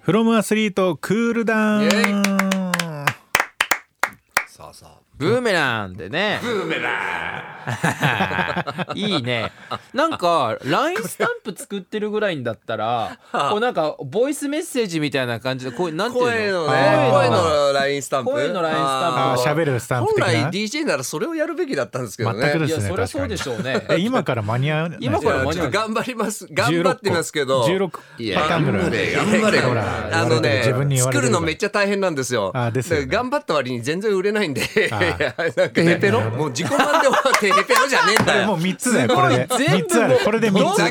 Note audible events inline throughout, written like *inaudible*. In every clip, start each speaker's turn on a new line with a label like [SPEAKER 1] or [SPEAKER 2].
[SPEAKER 1] フロムアスリートクールダウ
[SPEAKER 2] イ
[SPEAKER 1] ン
[SPEAKER 2] エ
[SPEAKER 3] さあさあ
[SPEAKER 2] ブーメランでね。ブーメラン *laughs* いいね。なんか、LINE スタンプ作ってるぐらいんだった
[SPEAKER 3] *laughs*
[SPEAKER 2] ら、こうなんか、ボイスメッセージみたいな感じで、こう、なんていうの
[SPEAKER 3] 声のね
[SPEAKER 1] あー
[SPEAKER 3] 声のラインスタンプ
[SPEAKER 2] 声のラインスタ
[SPEAKER 1] あ
[SPEAKER 2] ン
[SPEAKER 1] あ
[SPEAKER 2] プ
[SPEAKER 3] あー
[SPEAKER 1] 喋るスタンプ
[SPEAKER 3] 本
[SPEAKER 1] 的
[SPEAKER 3] 来
[SPEAKER 1] な
[SPEAKER 3] DJ ならそれをやるべきだったんですけどね
[SPEAKER 1] 全くで
[SPEAKER 2] い
[SPEAKER 1] す
[SPEAKER 2] や、
[SPEAKER 1] ね
[SPEAKER 2] そりゃそうでしょうね。
[SPEAKER 1] え今から間に合う
[SPEAKER 2] 今から間
[SPEAKER 3] ち
[SPEAKER 2] に
[SPEAKER 3] ょ
[SPEAKER 2] 合
[SPEAKER 3] っと
[SPEAKER 2] う
[SPEAKER 3] 頑張ります頑張ってますけど
[SPEAKER 1] 16
[SPEAKER 3] いや
[SPEAKER 1] タンブル
[SPEAKER 3] 頑張れよ頑張れよ
[SPEAKER 1] ほら
[SPEAKER 3] あのね
[SPEAKER 1] 言われてる自分に言わ
[SPEAKER 3] 作
[SPEAKER 1] れて
[SPEAKER 3] る
[SPEAKER 1] る
[SPEAKER 3] のめっちゃ大変なんですよ
[SPEAKER 1] あですよね
[SPEAKER 3] だから頑張った割に全然売れないんで
[SPEAKER 1] あ
[SPEAKER 3] いや *laughs* なんかねもう自己満で終わ *laughs* ってヘペロじゃねえんだ
[SPEAKER 1] もう
[SPEAKER 3] よ
[SPEAKER 1] 3つだよこれで
[SPEAKER 2] 全
[SPEAKER 1] 3
[SPEAKER 2] 部
[SPEAKER 1] つあるこれで
[SPEAKER 2] ど
[SPEAKER 1] 3
[SPEAKER 2] ん
[SPEAKER 1] つ
[SPEAKER 2] な、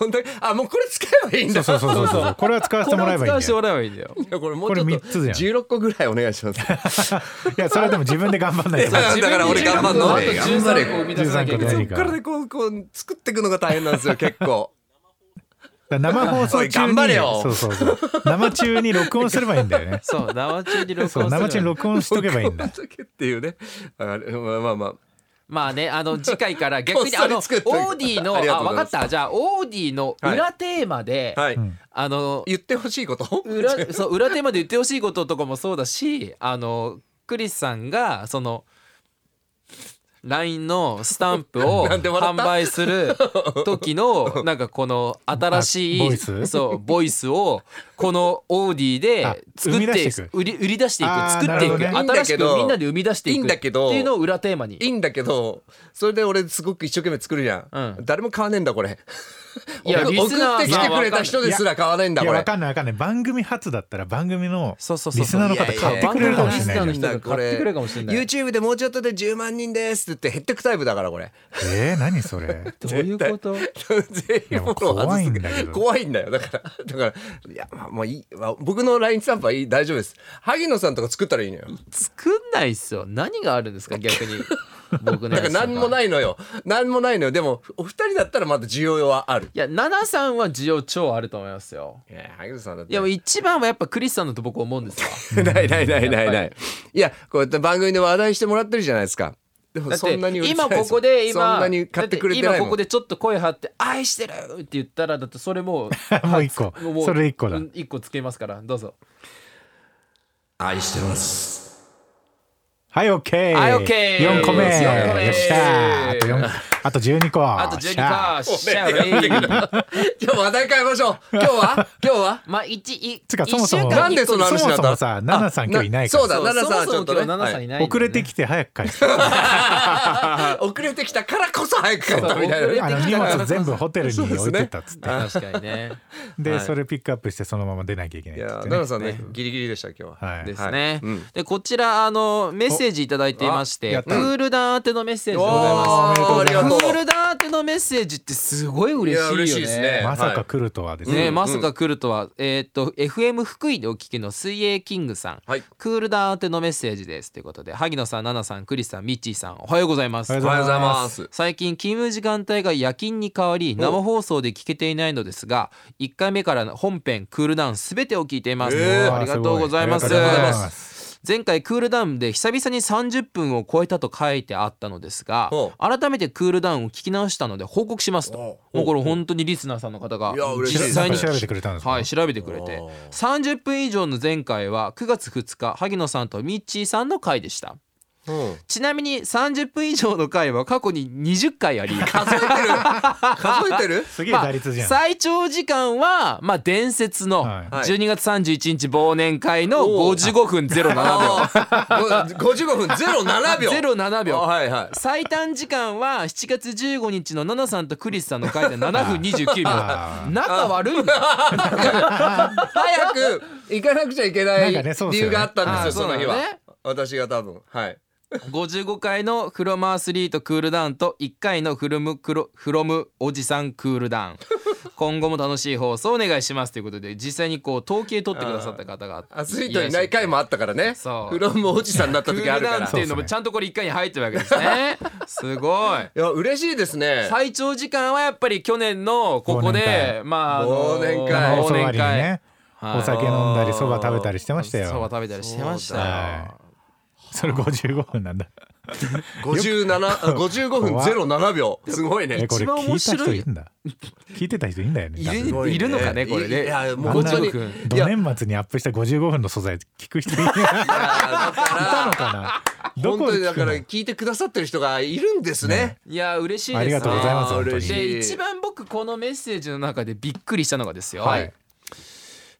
[SPEAKER 3] どんだけあもうこれ使えばいいん
[SPEAKER 1] そ
[SPEAKER 3] だ
[SPEAKER 1] うそうそうそうそうこれは使わせ
[SPEAKER 2] こ
[SPEAKER 1] て
[SPEAKER 2] れ
[SPEAKER 1] もら
[SPEAKER 2] を
[SPEAKER 1] えばいい
[SPEAKER 2] 使
[SPEAKER 1] ん
[SPEAKER 2] わ
[SPEAKER 1] だよ
[SPEAKER 2] せてもらえばいいんだよ。
[SPEAKER 3] いやこれもうちょ
[SPEAKER 1] これ
[SPEAKER 3] っ
[SPEAKER 1] 三
[SPEAKER 3] と
[SPEAKER 1] つじゃん
[SPEAKER 3] 16個ぐらいお願いします
[SPEAKER 1] いやそれでも自分で頑張んないと
[SPEAKER 3] そうだから俺頑張んの
[SPEAKER 2] あと13個生み出さなきゃいけない
[SPEAKER 1] 13個
[SPEAKER 3] そっからねこうこう作っていくのが大変なんですよ結構
[SPEAKER 1] だから生放送中
[SPEAKER 3] お
[SPEAKER 1] に
[SPEAKER 3] い頑張れよ
[SPEAKER 1] そうそうそう生中に録音すればいいんだ
[SPEAKER 3] *laughs*
[SPEAKER 1] よね
[SPEAKER 2] そう、生中に録音す
[SPEAKER 1] そう
[SPEAKER 2] る。
[SPEAKER 1] 生中に録 *laughs* 音しとけばいいん
[SPEAKER 3] こ
[SPEAKER 1] だ
[SPEAKER 3] だけっていうねあれまあまあまあ
[SPEAKER 2] まあね、あの次回から逆
[SPEAKER 3] *laughs* こっ
[SPEAKER 2] に
[SPEAKER 3] そ
[SPEAKER 2] あ
[SPEAKER 3] り
[SPEAKER 2] のオ
[SPEAKER 3] 作っといて
[SPEAKER 2] ーディの
[SPEAKER 3] ありがと
[SPEAKER 2] あ
[SPEAKER 3] うござ
[SPEAKER 2] 分か
[SPEAKER 3] いま
[SPEAKER 2] っ
[SPEAKER 3] す
[SPEAKER 2] たじゃあオーディの
[SPEAKER 3] は
[SPEAKER 2] 裏テーマで、
[SPEAKER 3] はい、
[SPEAKER 2] あの
[SPEAKER 3] 言ってほしいこと
[SPEAKER 2] 裏そう裏テーマで言ってほしいこととかもそうだし、あのクリスさんがその LINE のスタンプを
[SPEAKER 3] *laughs* なんで笑
[SPEAKER 2] 販
[SPEAKER 3] った
[SPEAKER 2] 売する時のなんかこの新しい
[SPEAKER 1] あボイス
[SPEAKER 2] そうボイスをこのオーディ
[SPEAKER 1] あ
[SPEAKER 2] で作
[SPEAKER 1] 生み
[SPEAKER 2] っ
[SPEAKER 1] 出してて
[SPEAKER 2] い
[SPEAKER 1] いく
[SPEAKER 2] く売り売り出していく
[SPEAKER 1] あー
[SPEAKER 2] 作って
[SPEAKER 1] なる
[SPEAKER 2] いく、
[SPEAKER 3] ほどね
[SPEAKER 2] 新しくみんなで生み出していく
[SPEAKER 3] いいんだけど
[SPEAKER 2] っていうのを裏テーマに
[SPEAKER 3] いいんだけどそれで俺すごく一生懸命作るじゃん、
[SPEAKER 2] うん
[SPEAKER 3] 誰も買わねえんだこれ
[SPEAKER 2] いや
[SPEAKER 3] 送
[SPEAKER 2] リスナー
[SPEAKER 3] 送ってきてくれた人ですら買わないんだ
[SPEAKER 1] い
[SPEAKER 3] こ
[SPEAKER 1] やわ
[SPEAKER 3] れ
[SPEAKER 1] かんないわかんない番組初だったら番組の
[SPEAKER 2] そうそうそうそう
[SPEAKER 1] リスナーの方買ってくれるかもしれないじゃん
[SPEAKER 2] いやいやいや番組のリスナーの人が買ってくれるかもしれない
[SPEAKER 3] YouTube でもうちょっとで10万人ですって言って減ってくタイプだからこれ
[SPEAKER 1] えー、何それ
[SPEAKER 2] どういうこ
[SPEAKER 3] *laughs*
[SPEAKER 2] と
[SPEAKER 3] 全員フォロー外
[SPEAKER 1] 怖い
[SPEAKER 3] す
[SPEAKER 1] んだけど
[SPEAKER 3] 怖いんだよだからだからいやまあもういい、まあ僕の LINE スタンプはいい大丈夫です萩野さんとか作ったらいいのよ
[SPEAKER 2] 作んないっすよ何があるんですか逆に僕の
[SPEAKER 3] だ
[SPEAKER 2] や
[SPEAKER 3] か
[SPEAKER 2] つ
[SPEAKER 3] ら何もないいのよ何もないのよでもお二人だったらまだ需要はある
[SPEAKER 2] いや7さんは需要超あると思いますよ
[SPEAKER 3] いや萩野さんだって
[SPEAKER 2] いやもう一番はやっぱクリスさんだと僕思うんです
[SPEAKER 3] *laughs*
[SPEAKER 2] よ
[SPEAKER 3] ないないないないな
[SPEAKER 2] やっ
[SPEAKER 3] い。いや、こうやって番組で話題してもらってるじゃないですか。でも
[SPEAKER 2] だっ
[SPEAKER 3] そ
[SPEAKER 2] て
[SPEAKER 3] んなに売れてな
[SPEAKER 2] 今
[SPEAKER 3] い
[SPEAKER 2] ここで今
[SPEAKER 3] そんなに買ってくれてな
[SPEAKER 2] だっ
[SPEAKER 3] い
[SPEAKER 2] て
[SPEAKER 3] もん。
[SPEAKER 2] 今ここでちょっと声張って「愛してる!」って言ったらだってそ
[SPEAKER 3] *laughs*
[SPEAKER 2] れも
[SPEAKER 1] もう一個
[SPEAKER 2] もう
[SPEAKER 1] それ一個だ
[SPEAKER 2] うん一個つけますからどうぞ
[SPEAKER 3] 愛してます。
[SPEAKER 1] はい、オッケー。
[SPEAKER 2] はいオッケー
[SPEAKER 1] 4個目。
[SPEAKER 2] 四個目
[SPEAKER 1] よっしゃー。あと四あと12個。
[SPEAKER 2] あと12か
[SPEAKER 1] よっしゃー。
[SPEAKER 2] しゃー
[SPEAKER 3] じゃあ話題変えましょう。今日
[SPEAKER 2] *laughs*
[SPEAKER 3] は今日は
[SPEAKER 2] まあ一い
[SPEAKER 1] つか
[SPEAKER 2] 一
[SPEAKER 1] そもそも
[SPEAKER 2] 週間に
[SPEAKER 3] なんでその話
[SPEAKER 1] そもそも
[SPEAKER 3] あ
[SPEAKER 1] さ、ナナさん今日いないか
[SPEAKER 3] そうだ
[SPEAKER 2] そう
[SPEAKER 3] ナナさんは
[SPEAKER 2] そもそも
[SPEAKER 3] ちょっとね
[SPEAKER 2] 今日ナナさんいないんだ
[SPEAKER 1] ら。
[SPEAKER 2] よね
[SPEAKER 1] 遅れてきて早く帰って。
[SPEAKER 3] *laughs* 遅れてきたからこそ早く帰ったみたいな
[SPEAKER 2] そう遅れてき
[SPEAKER 3] ね。
[SPEAKER 1] あの
[SPEAKER 2] た
[SPEAKER 1] 荷物全部ホテルに置いてったっつって。
[SPEAKER 2] 確かにね
[SPEAKER 1] で、それピックアップしてそのまま出なきゃいけない
[SPEAKER 3] い
[SPEAKER 1] っつ
[SPEAKER 3] やー、
[SPEAKER 1] って
[SPEAKER 3] ナ
[SPEAKER 1] ね
[SPEAKER 3] ナ。さんねギリギリでした今日は。
[SPEAKER 1] はい
[SPEAKER 2] ですね。
[SPEAKER 3] はいうん
[SPEAKER 2] でこちらあのメッセージいただいていまし
[SPEAKER 1] おやっ
[SPEAKER 2] てク
[SPEAKER 1] た
[SPEAKER 2] ールダウン宛てのメッセージでございま
[SPEAKER 3] おーありがとう
[SPEAKER 2] す。クールダウン宛てのメッセージってすごい嬉しいよ
[SPEAKER 3] いや
[SPEAKER 2] ね。
[SPEAKER 3] 嬉しいですね
[SPEAKER 1] まさか来るとはです
[SPEAKER 2] ね
[SPEAKER 1] ね。
[SPEAKER 2] まさか来るとは、えーっと FM 福井でお聞きの水泳キングさん、
[SPEAKER 3] はい
[SPEAKER 2] クールダウン宛てのメッセージですということで萩野さん、ナナさん、クリスさん、ミッチーさんおはようございます
[SPEAKER 1] おはよ
[SPEAKER 3] おはようございます。
[SPEAKER 2] 最近勤務時間帯が夜勤に変わり生放送で聞けていないのですが1回目からの本編クールダウンすべてを聞いています、
[SPEAKER 3] えー
[SPEAKER 2] ありがとうございます
[SPEAKER 1] ありがとうございます
[SPEAKER 2] 前回クールダウンで久々に30分を超えたと書いてあったのですが
[SPEAKER 3] ほう
[SPEAKER 2] 改めてクールダウンを聞き直したので報告しますともうこれ本当にリスナーさんの方が
[SPEAKER 3] いや嬉しい
[SPEAKER 2] 実
[SPEAKER 3] です
[SPEAKER 2] 際に
[SPEAKER 1] 調べてくれたんですか
[SPEAKER 2] はい調べてくれて30分以上の前回は9月2日萩野さんとミッチーさんの回でした
[SPEAKER 3] うん
[SPEAKER 2] ちなみに30分以上の回は過去に20回
[SPEAKER 1] *laughs*
[SPEAKER 2] あり
[SPEAKER 3] 数えてる数えてる？
[SPEAKER 1] すげえ打
[SPEAKER 2] まあ
[SPEAKER 1] 率じゃん。
[SPEAKER 2] 最長時間は、まあ、伝説の
[SPEAKER 1] はい
[SPEAKER 2] 12月31日忘年会の55分07秒
[SPEAKER 3] あーご55分07秒。
[SPEAKER 2] 07
[SPEAKER 3] あ
[SPEAKER 2] 秒
[SPEAKER 3] はいはい。
[SPEAKER 2] 最短時間は7月15日のナナさんとクリスさんの会で7分29
[SPEAKER 1] あ
[SPEAKER 2] 秒仲悪いんだ
[SPEAKER 3] 早く行かなくちゃいけな
[SPEAKER 1] なん
[SPEAKER 3] い
[SPEAKER 1] かねそうっ
[SPEAKER 3] 理
[SPEAKER 1] す
[SPEAKER 3] 由
[SPEAKER 1] よね
[SPEAKER 3] があったんですよ、そ
[SPEAKER 2] あー
[SPEAKER 3] の日
[SPEAKER 2] そうだ
[SPEAKER 3] は
[SPEAKER 2] ね。
[SPEAKER 3] 私が多分はい。
[SPEAKER 2] 55回のフロムアスリートクールダウンと1回のフロムクロフロムおじさんクー
[SPEAKER 3] *laughs*
[SPEAKER 2] ルダウン今後も楽しい放送お願いしますということで実際にこう統計取ってくださった方が
[SPEAKER 3] アスリートいない回もあったからね。
[SPEAKER 2] そう
[SPEAKER 3] フロムおじさんになっ
[SPEAKER 2] ク
[SPEAKER 3] た時あ
[SPEAKER 2] ール
[SPEAKER 3] る
[SPEAKER 2] ダ
[SPEAKER 3] か
[SPEAKER 2] ウン
[SPEAKER 3] ら。
[SPEAKER 2] って
[SPEAKER 3] い
[SPEAKER 2] いうのもちゃんとこれ1回に入ってるわけで
[SPEAKER 3] *laughs*
[SPEAKER 2] すねすごい
[SPEAKER 3] や嬉しいですね。
[SPEAKER 2] 最長時間はやっぱり去年のここ
[SPEAKER 1] 忘年
[SPEAKER 2] でまああの
[SPEAKER 3] 忘年会
[SPEAKER 1] 生放
[SPEAKER 2] 忘
[SPEAKER 1] 送終わ
[SPEAKER 2] 年
[SPEAKER 1] りに
[SPEAKER 2] 会
[SPEAKER 1] ね、お酒飲んだりそば食べたりしてました
[SPEAKER 2] そば
[SPEAKER 1] よ。
[SPEAKER 2] 食べたりしてましたよ
[SPEAKER 3] そうだ
[SPEAKER 1] はいそれ55分なんだ。
[SPEAKER 3] 57 55分07秒すごいね
[SPEAKER 1] えこれ
[SPEAKER 2] 一番
[SPEAKER 1] 聞
[SPEAKER 2] 面
[SPEAKER 1] いた
[SPEAKER 2] 白
[SPEAKER 1] 人
[SPEAKER 2] い
[SPEAKER 1] いるんだ聞いてた人いるんだよね
[SPEAKER 2] い
[SPEAKER 1] 多
[SPEAKER 2] る
[SPEAKER 1] 分
[SPEAKER 3] ごいね
[SPEAKER 2] いるのかねこれね
[SPEAKER 3] いやも
[SPEAKER 1] う本当
[SPEAKER 3] に
[SPEAKER 2] いや
[SPEAKER 3] いや
[SPEAKER 1] 土年末にアップした55分の素材聞く人いるいた
[SPEAKER 3] だから
[SPEAKER 1] のかなど
[SPEAKER 3] 本
[SPEAKER 1] こ
[SPEAKER 3] 当
[SPEAKER 1] で
[SPEAKER 3] にだ
[SPEAKER 1] 聞く
[SPEAKER 3] から
[SPEAKER 1] の
[SPEAKER 3] 聞いてくださってる人がいるんですね。
[SPEAKER 2] いや嬉しいで
[SPEAKER 1] あ
[SPEAKER 2] すね
[SPEAKER 1] りがとうございま
[SPEAKER 3] あ
[SPEAKER 1] す
[SPEAKER 3] ー
[SPEAKER 1] 本当
[SPEAKER 3] 嬉し
[SPEAKER 1] に
[SPEAKER 3] い
[SPEAKER 2] で一番僕このメッセージの中でびっくりしたのがですよ、
[SPEAKER 1] はい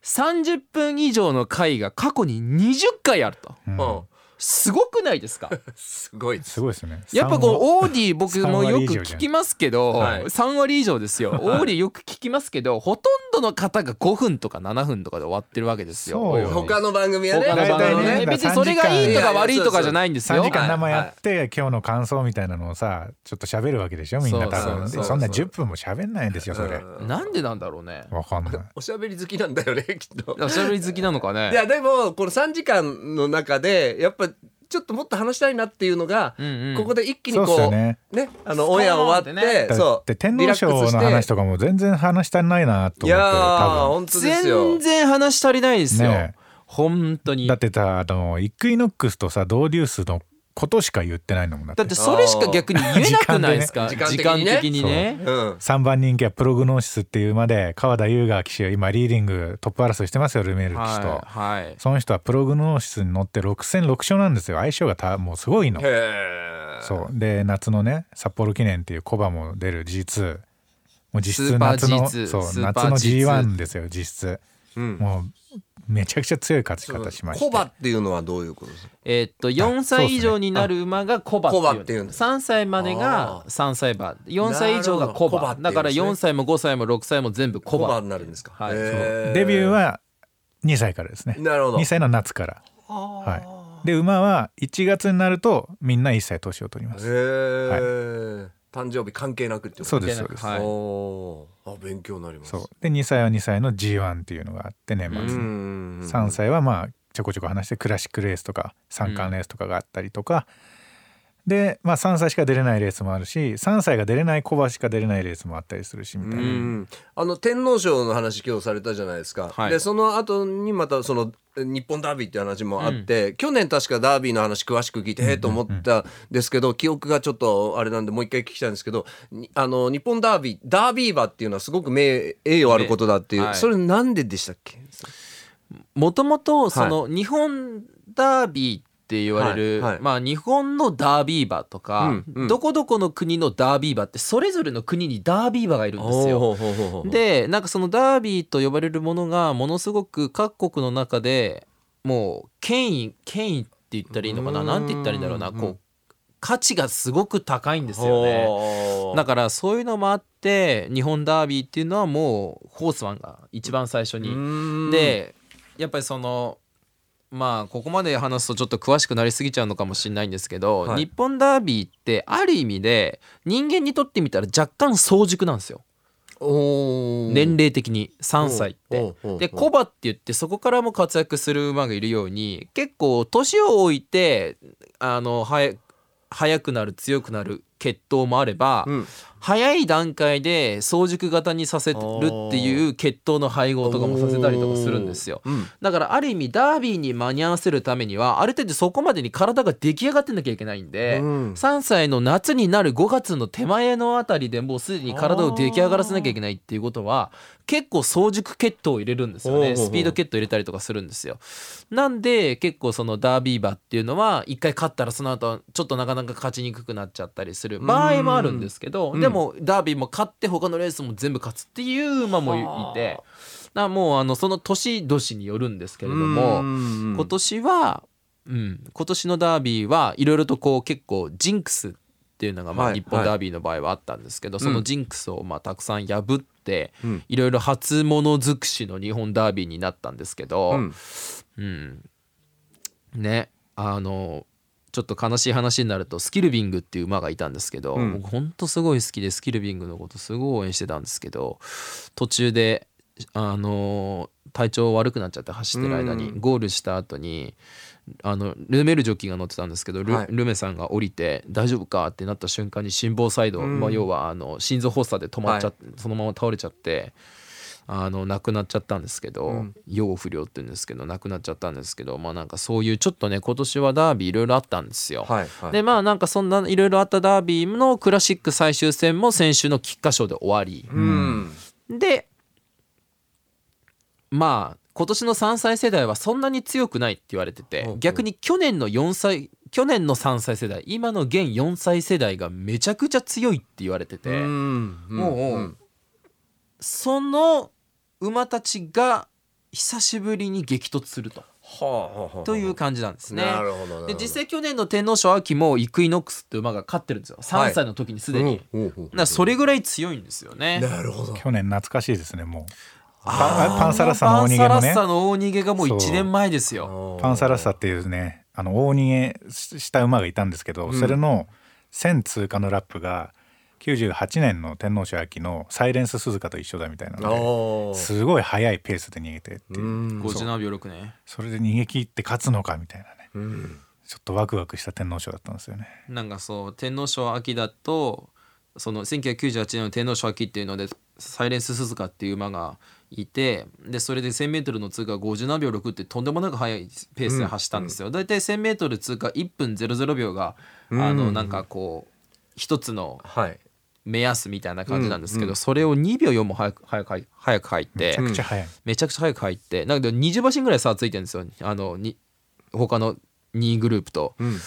[SPEAKER 2] 30分以上の回が過去に20回あると
[SPEAKER 1] うん
[SPEAKER 3] うん、
[SPEAKER 2] すごくないですか
[SPEAKER 3] すごいです。
[SPEAKER 1] すごいですね
[SPEAKER 2] やっぱこう
[SPEAKER 1] う
[SPEAKER 2] オーディ僕もよく聞きますけど
[SPEAKER 3] 三割以上じゃない
[SPEAKER 2] 3割以上ですよオーディよく聞きますけどほとんどの方が5分とか7分とかで終わってるわけですよ
[SPEAKER 1] そうよ
[SPEAKER 3] 他の番組はね、
[SPEAKER 2] 他
[SPEAKER 1] 大
[SPEAKER 2] の番組
[SPEAKER 1] 体
[SPEAKER 2] ね
[SPEAKER 1] ね
[SPEAKER 2] 別にそれがいいとか悪いとかじゃないんですよ
[SPEAKER 1] 3時間
[SPEAKER 3] な
[SPEAKER 1] 生やって、今日の感想みたいなのをさちょっと喋るわけでしょみんな多
[SPEAKER 2] そうそう
[SPEAKER 1] 分
[SPEAKER 2] そう
[SPEAKER 1] でそんな10分も喋んないんですよそれ
[SPEAKER 3] うん
[SPEAKER 2] なんでなんだろうね
[SPEAKER 1] わかんない
[SPEAKER 3] おしゃべり好きなんだよね *laughs* きっと。
[SPEAKER 2] おしゃべり好きなのかね
[SPEAKER 3] いやでもこの3時間の中でやっぱちょっともっと話したいなっていうのが、
[SPEAKER 2] うんうん
[SPEAKER 3] ここで一気に
[SPEAKER 1] そうっす
[SPEAKER 3] こ
[SPEAKER 1] よ
[SPEAKER 3] うね
[SPEAKER 1] ね
[SPEAKER 3] あのオンエア終わって、
[SPEAKER 1] だ
[SPEAKER 3] そ
[SPEAKER 1] っ
[SPEAKER 3] う
[SPEAKER 1] て天皇賞の
[SPEAKER 3] リラックス
[SPEAKER 1] 話
[SPEAKER 3] し
[SPEAKER 1] とかも全然話したりないなと
[SPEAKER 3] てい
[SPEAKER 1] 思って
[SPEAKER 3] やー
[SPEAKER 1] 多
[SPEAKER 3] 本当ですよ
[SPEAKER 2] 全。然話足りないですよ、
[SPEAKER 1] ね
[SPEAKER 2] 本当に
[SPEAKER 1] 分だってさあのイクイノックスとさドーデュースのことしか言ってないのもんだっ
[SPEAKER 2] だ
[SPEAKER 1] て
[SPEAKER 2] ってそれしか逆に言えなくないですか時
[SPEAKER 3] 時
[SPEAKER 2] 間
[SPEAKER 3] 間
[SPEAKER 2] 的
[SPEAKER 3] 的
[SPEAKER 2] に
[SPEAKER 3] にね
[SPEAKER 2] ね
[SPEAKER 3] うん、
[SPEAKER 1] 3番人気はプログノーシスっていう馬で川田優雅騎手は今リーディングトップ争いしてますよルメール騎手と、
[SPEAKER 2] はい、はい、
[SPEAKER 1] その人はプログノーシスに乗って6戦6勝なんですよ相性がたもうすごいの
[SPEAKER 3] へえ。
[SPEAKER 1] そうで夏のね札幌記念っていうコバも出る G2 もう実
[SPEAKER 2] スー
[SPEAKER 1] 質
[SPEAKER 2] パー
[SPEAKER 1] 夏の
[SPEAKER 2] G2
[SPEAKER 1] そう
[SPEAKER 2] スー
[SPEAKER 1] 夏
[SPEAKER 2] パー
[SPEAKER 1] の
[SPEAKER 2] G2
[SPEAKER 1] G1 ですよ実質
[SPEAKER 3] うん
[SPEAKER 1] もうめちゃくちゃ強い勝ち方しました
[SPEAKER 3] コバっていうのはどういうことですか。
[SPEAKER 2] えーっと4
[SPEAKER 1] そうっす
[SPEAKER 2] 歳
[SPEAKER 1] ね
[SPEAKER 2] 以上になる馬がコバっていう
[SPEAKER 3] コバっていうんです
[SPEAKER 2] 3歳までが
[SPEAKER 3] あー
[SPEAKER 2] 3歳馬4歳以上が
[SPEAKER 3] な
[SPEAKER 2] コ
[SPEAKER 3] るほどコバ
[SPEAKER 2] バ
[SPEAKER 3] っていうんです
[SPEAKER 2] だ
[SPEAKER 3] ね
[SPEAKER 2] から4歳も5歳も6歳も全部コ
[SPEAKER 3] コバ
[SPEAKER 2] バ
[SPEAKER 3] になるんですか。
[SPEAKER 2] はい
[SPEAKER 3] へ
[SPEAKER 1] そ
[SPEAKER 3] え
[SPEAKER 1] うデビューは2歳からですね
[SPEAKER 3] なるほど
[SPEAKER 1] 2。歳の夏からはいで馬は1月になるとみんな1歳年を取ります
[SPEAKER 3] へえ。誕生日関係なくってこと
[SPEAKER 1] そうですそうです
[SPEAKER 2] はい
[SPEAKER 3] おーあ勉強になります。
[SPEAKER 1] そうで2歳は2歳の G1 っていうのがあって年
[SPEAKER 3] う
[SPEAKER 1] 末に
[SPEAKER 3] ん。
[SPEAKER 1] 3歳はまあちょこちょこ話してクラシックレースとか三冠レースとかがあったりとか、で、まあ、3歳しか出れないレースもあるし3歳が出れない小馬しか出れないレースもあったりするしみたいな、
[SPEAKER 3] うん、あの天皇賞の話今日されたじゃないですか、
[SPEAKER 2] はい
[SPEAKER 3] でその後にまたその日本ダービーって話もあって、去年確かダービーの話詳しく聞いてえーと思ったんですけど、記憶がちょっとあれなんでもう一回聞きたいんですけどにあの日本ダービーダービー馬っていうのはすごく名栄誉あることだっていう、
[SPEAKER 2] はい
[SPEAKER 3] それなんででしたっけ
[SPEAKER 2] もともとその日本ダービーって言われる、
[SPEAKER 3] はいはい
[SPEAKER 2] まあ日本のダービー馬とか、
[SPEAKER 3] うんうん
[SPEAKER 2] どこどこの国のダービー馬ってそれぞれの国にダービー馬がいるんですよ。
[SPEAKER 3] ほうほうほうほう
[SPEAKER 2] でなんかそのダービーと呼ばれるものがものすごく各国の中でもう権威権威って言ったらいいのかな
[SPEAKER 3] うーん
[SPEAKER 2] なんて言ったらいいんだろうな
[SPEAKER 3] うん
[SPEAKER 2] こう価値がすごく高いんですよね。
[SPEAKER 3] ほう
[SPEAKER 2] だからそういうのもあって日本ダービーっていうのはもうホースマンが一番最初に。
[SPEAKER 3] うん
[SPEAKER 2] でやっぱりそのまあここまで話すとちょっと詳しくなりすぎちゃうのかもしれないんですけど、
[SPEAKER 3] はい
[SPEAKER 2] 日本ダービーってある意味で人間にとってみたら若干早熟なんですよ。
[SPEAKER 3] おー
[SPEAKER 2] 年齢的に3歳って
[SPEAKER 3] お。うおう
[SPEAKER 2] で
[SPEAKER 3] おう
[SPEAKER 2] コバって言ってそこからも活躍する馬がいるように結構年を置いてあのはや速くなる強くなる血統もあれば、
[SPEAKER 3] うん
[SPEAKER 2] 早い段階で早熟型にさせるっていう血統の配合とかもさせたりとかするんですよ。
[SPEAKER 3] うん
[SPEAKER 2] だからある意味ダービーに間に合わせるためにはある程度そこまでに体が出来上がってなきゃいけないんで、
[SPEAKER 3] うん
[SPEAKER 2] 3歳の夏になる5月の手前のあたりでもうすでに体を出来上がらせなきゃいけないっていうことは結構早熟血糖を入れるんですよ
[SPEAKER 3] ほうほ
[SPEAKER 2] ね
[SPEAKER 3] うほう
[SPEAKER 2] スピード血糖入れたりとかするんですよ。なんで結構そのダービー馬っていうのは一回勝ったらその後ちょっとなかなか勝ちにくくなっちゃったりする場合もあるんですけど
[SPEAKER 3] うん
[SPEAKER 2] でもダービーも勝って他のレースも全部勝つっていう馬もいて。なもうあのその年々によるんですけれ
[SPEAKER 3] う
[SPEAKER 2] ども
[SPEAKER 3] ん
[SPEAKER 2] 今年は、うん、今年のダービーはいろいろとこう結構ジンクスっていうのがまあ
[SPEAKER 3] はい
[SPEAKER 2] 日本
[SPEAKER 3] はい
[SPEAKER 2] ダービーの場合はあったんですけど、
[SPEAKER 3] ん
[SPEAKER 2] そのジンクスをまあたくさん破って、
[SPEAKER 3] うん
[SPEAKER 2] いろいろ初物尽くしの日本ダービーになったんですけど、
[SPEAKER 3] うん
[SPEAKER 2] うんねあのちょっと悲しい話になるとスキルビングっていう馬がいたんですけど、
[SPEAKER 3] うん
[SPEAKER 2] 僕ほんとすごい好きでスキルビングのことすごい応援してたんですけど途中であの体調悪くなっちゃって走ってる間に、
[SPEAKER 3] うん
[SPEAKER 2] ゴールした後にあのルメールジョッキーが乗ってたんですけどル,、
[SPEAKER 3] はい
[SPEAKER 2] メさんが降りて大丈夫かってなった瞬間に心房細動、
[SPEAKER 3] うん
[SPEAKER 2] まあ、要はあの心臓発作で止まっちゃって、そのまま倒れちゃってあの亡くなっちゃったんですけど、
[SPEAKER 3] うん
[SPEAKER 2] 陽不良って言うんですけど亡くなっちゃったんですけどまあなんかそういうちょっとね今年はダービーいろいろあったんですよ。
[SPEAKER 3] はいはい
[SPEAKER 2] でまあなんかそんないろいろあったダービーのクラシック最終戦も先週の菊花賞で終わり、
[SPEAKER 3] うん
[SPEAKER 2] でまあ今年の3歳世代はそんなに強くないって言われてて
[SPEAKER 3] うんうん
[SPEAKER 2] 逆に去年の4歳去年の3歳世代今の現4歳世代がめちゃくちゃ強いって言われてて、
[SPEAKER 3] うんうん
[SPEAKER 2] も
[SPEAKER 3] う
[SPEAKER 2] う
[SPEAKER 3] ん
[SPEAKER 2] その馬たちが久しぶりに激突すると
[SPEAKER 3] はあはあはあ
[SPEAKER 2] という感じなんですね。
[SPEAKER 3] なるほどなるほど
[SPEAKER 2] で実際去年の天皇賞秋もイクイノックスって馬が勝ってるんですよ
[SPEAKER 3] はい
[SPEAKER 2] 3歳の時にすでに、だか
[SPEAKER 3] うんうんうん
[SPEAKER 2] らそれぐらい強いんですよね。
[SPEAKER 3] なるほど
[SPEAKER 1] 去年懐かしいですねもう
[SPEAKER 2] あ
[SPEAKER 1] パ
[SPEAKER 2] ー
[SPEAKER 1] ンパンサラッサの大逃げの
[SPEAKER 2] パンサラ
[SPEAKER 1] ね
[SPEAKER 2] ッサの大逃げがもう1年前ですよ。
[SPEAKER 1] パンサラッ
[SPEAKER 3] ス
[SPEAKER 1] サっていうねあの大逃げした馬がいたんですけど、
[SPEAKER 3] うん
[SPEAKER 1] それの1000通過のラップが98年の天皇賞秋のサイレンス鈴鹿と一緒だみたいなのですごい速いペースで逃げてっていう、
[SPEAKER 2] 57秒6ね
[SPEAKER 1] それで逃げ切って勝つのかみたいなね
[SPEAKER 3] うん
[SPEAKER 1] ちょっとワクワクした天皇賞だったんですよね。
[SPEAKER 2] なんかそう天皇賞秋だとその1998年の天皇賞秋っていうのでサイレンス鈴鹿っていう馬がいてでそれで 1,000m の通過57秒6ってとんでもなく速いペースで走ったんですよ。大体 1,000m 通過1分00秒があのなんかこう一つの
[SPEAKER 3] はい
[SPEAKER 2] 目安みたいな感じなんですけ
[SPEAKER 3] うんう
[SPEAKER 2] ど
[SPEAKER 3] ん
[SPEAKER 2] それを2秒4も早く早く早く入って
[SPEAKER 1] めちゃくちゃ速い、
[SPEAKER 2] めちゃくちゃ早く入ってなんかでも20馬身ぐらい差ついてるんですよあのに他の2位グループと。
[SPEAKER 3] うん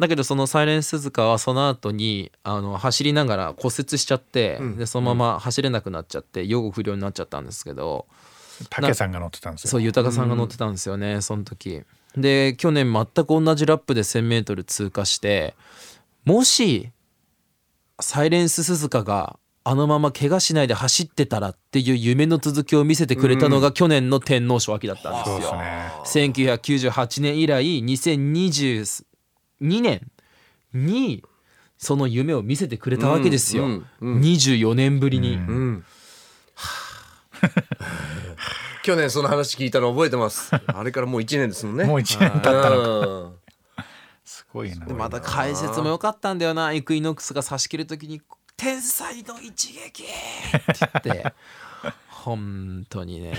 [SPEAKER 2] だけどそのサイレンス鈴鹿はその後にあの走りながら骨折しちゃって、
[SPEAKER 3] うん
[SPEAKER 2] でそのまま走れなくなっちゃって養護不良になっちゃったんですけど、
[SPEAKER 1] 竹さんが乗ってたんです
[SPEAKER 2] そ
[SPEAKER 1] よ
[SPEAKER 2] う豊さんが乗ってたんですよね、その時で去年全く同じラップで 1,000m 通過してもしサイレンス鈴鹿があのまま怪我しないで走ってたらっていう夢の続きを見せてくれたのが去年の天皇賞秋だったんですよ。
[SPEAKER 1] そうですね
[SPEAKER 2] 1998年以来2022年にその夢を見せてくれたわけですよ、
[SPEAKER 3] うんうん
[SPEAKER 2] 24年ぶりに、
[SPEAKER 1] うん
[SPEAKER 3] うん去年その話聞いたの覚えてますあれからもう一年ですもんね
[SPEAKER 1] もう一年経ったの
[SPEAKER 3] の
[SPEAKER 1] すごいな
[SPEAKER 2] でまた解説も良かったんだよなイクイノックスが差し切る時に「天才の一撃!」って言って *laughs* 本当にね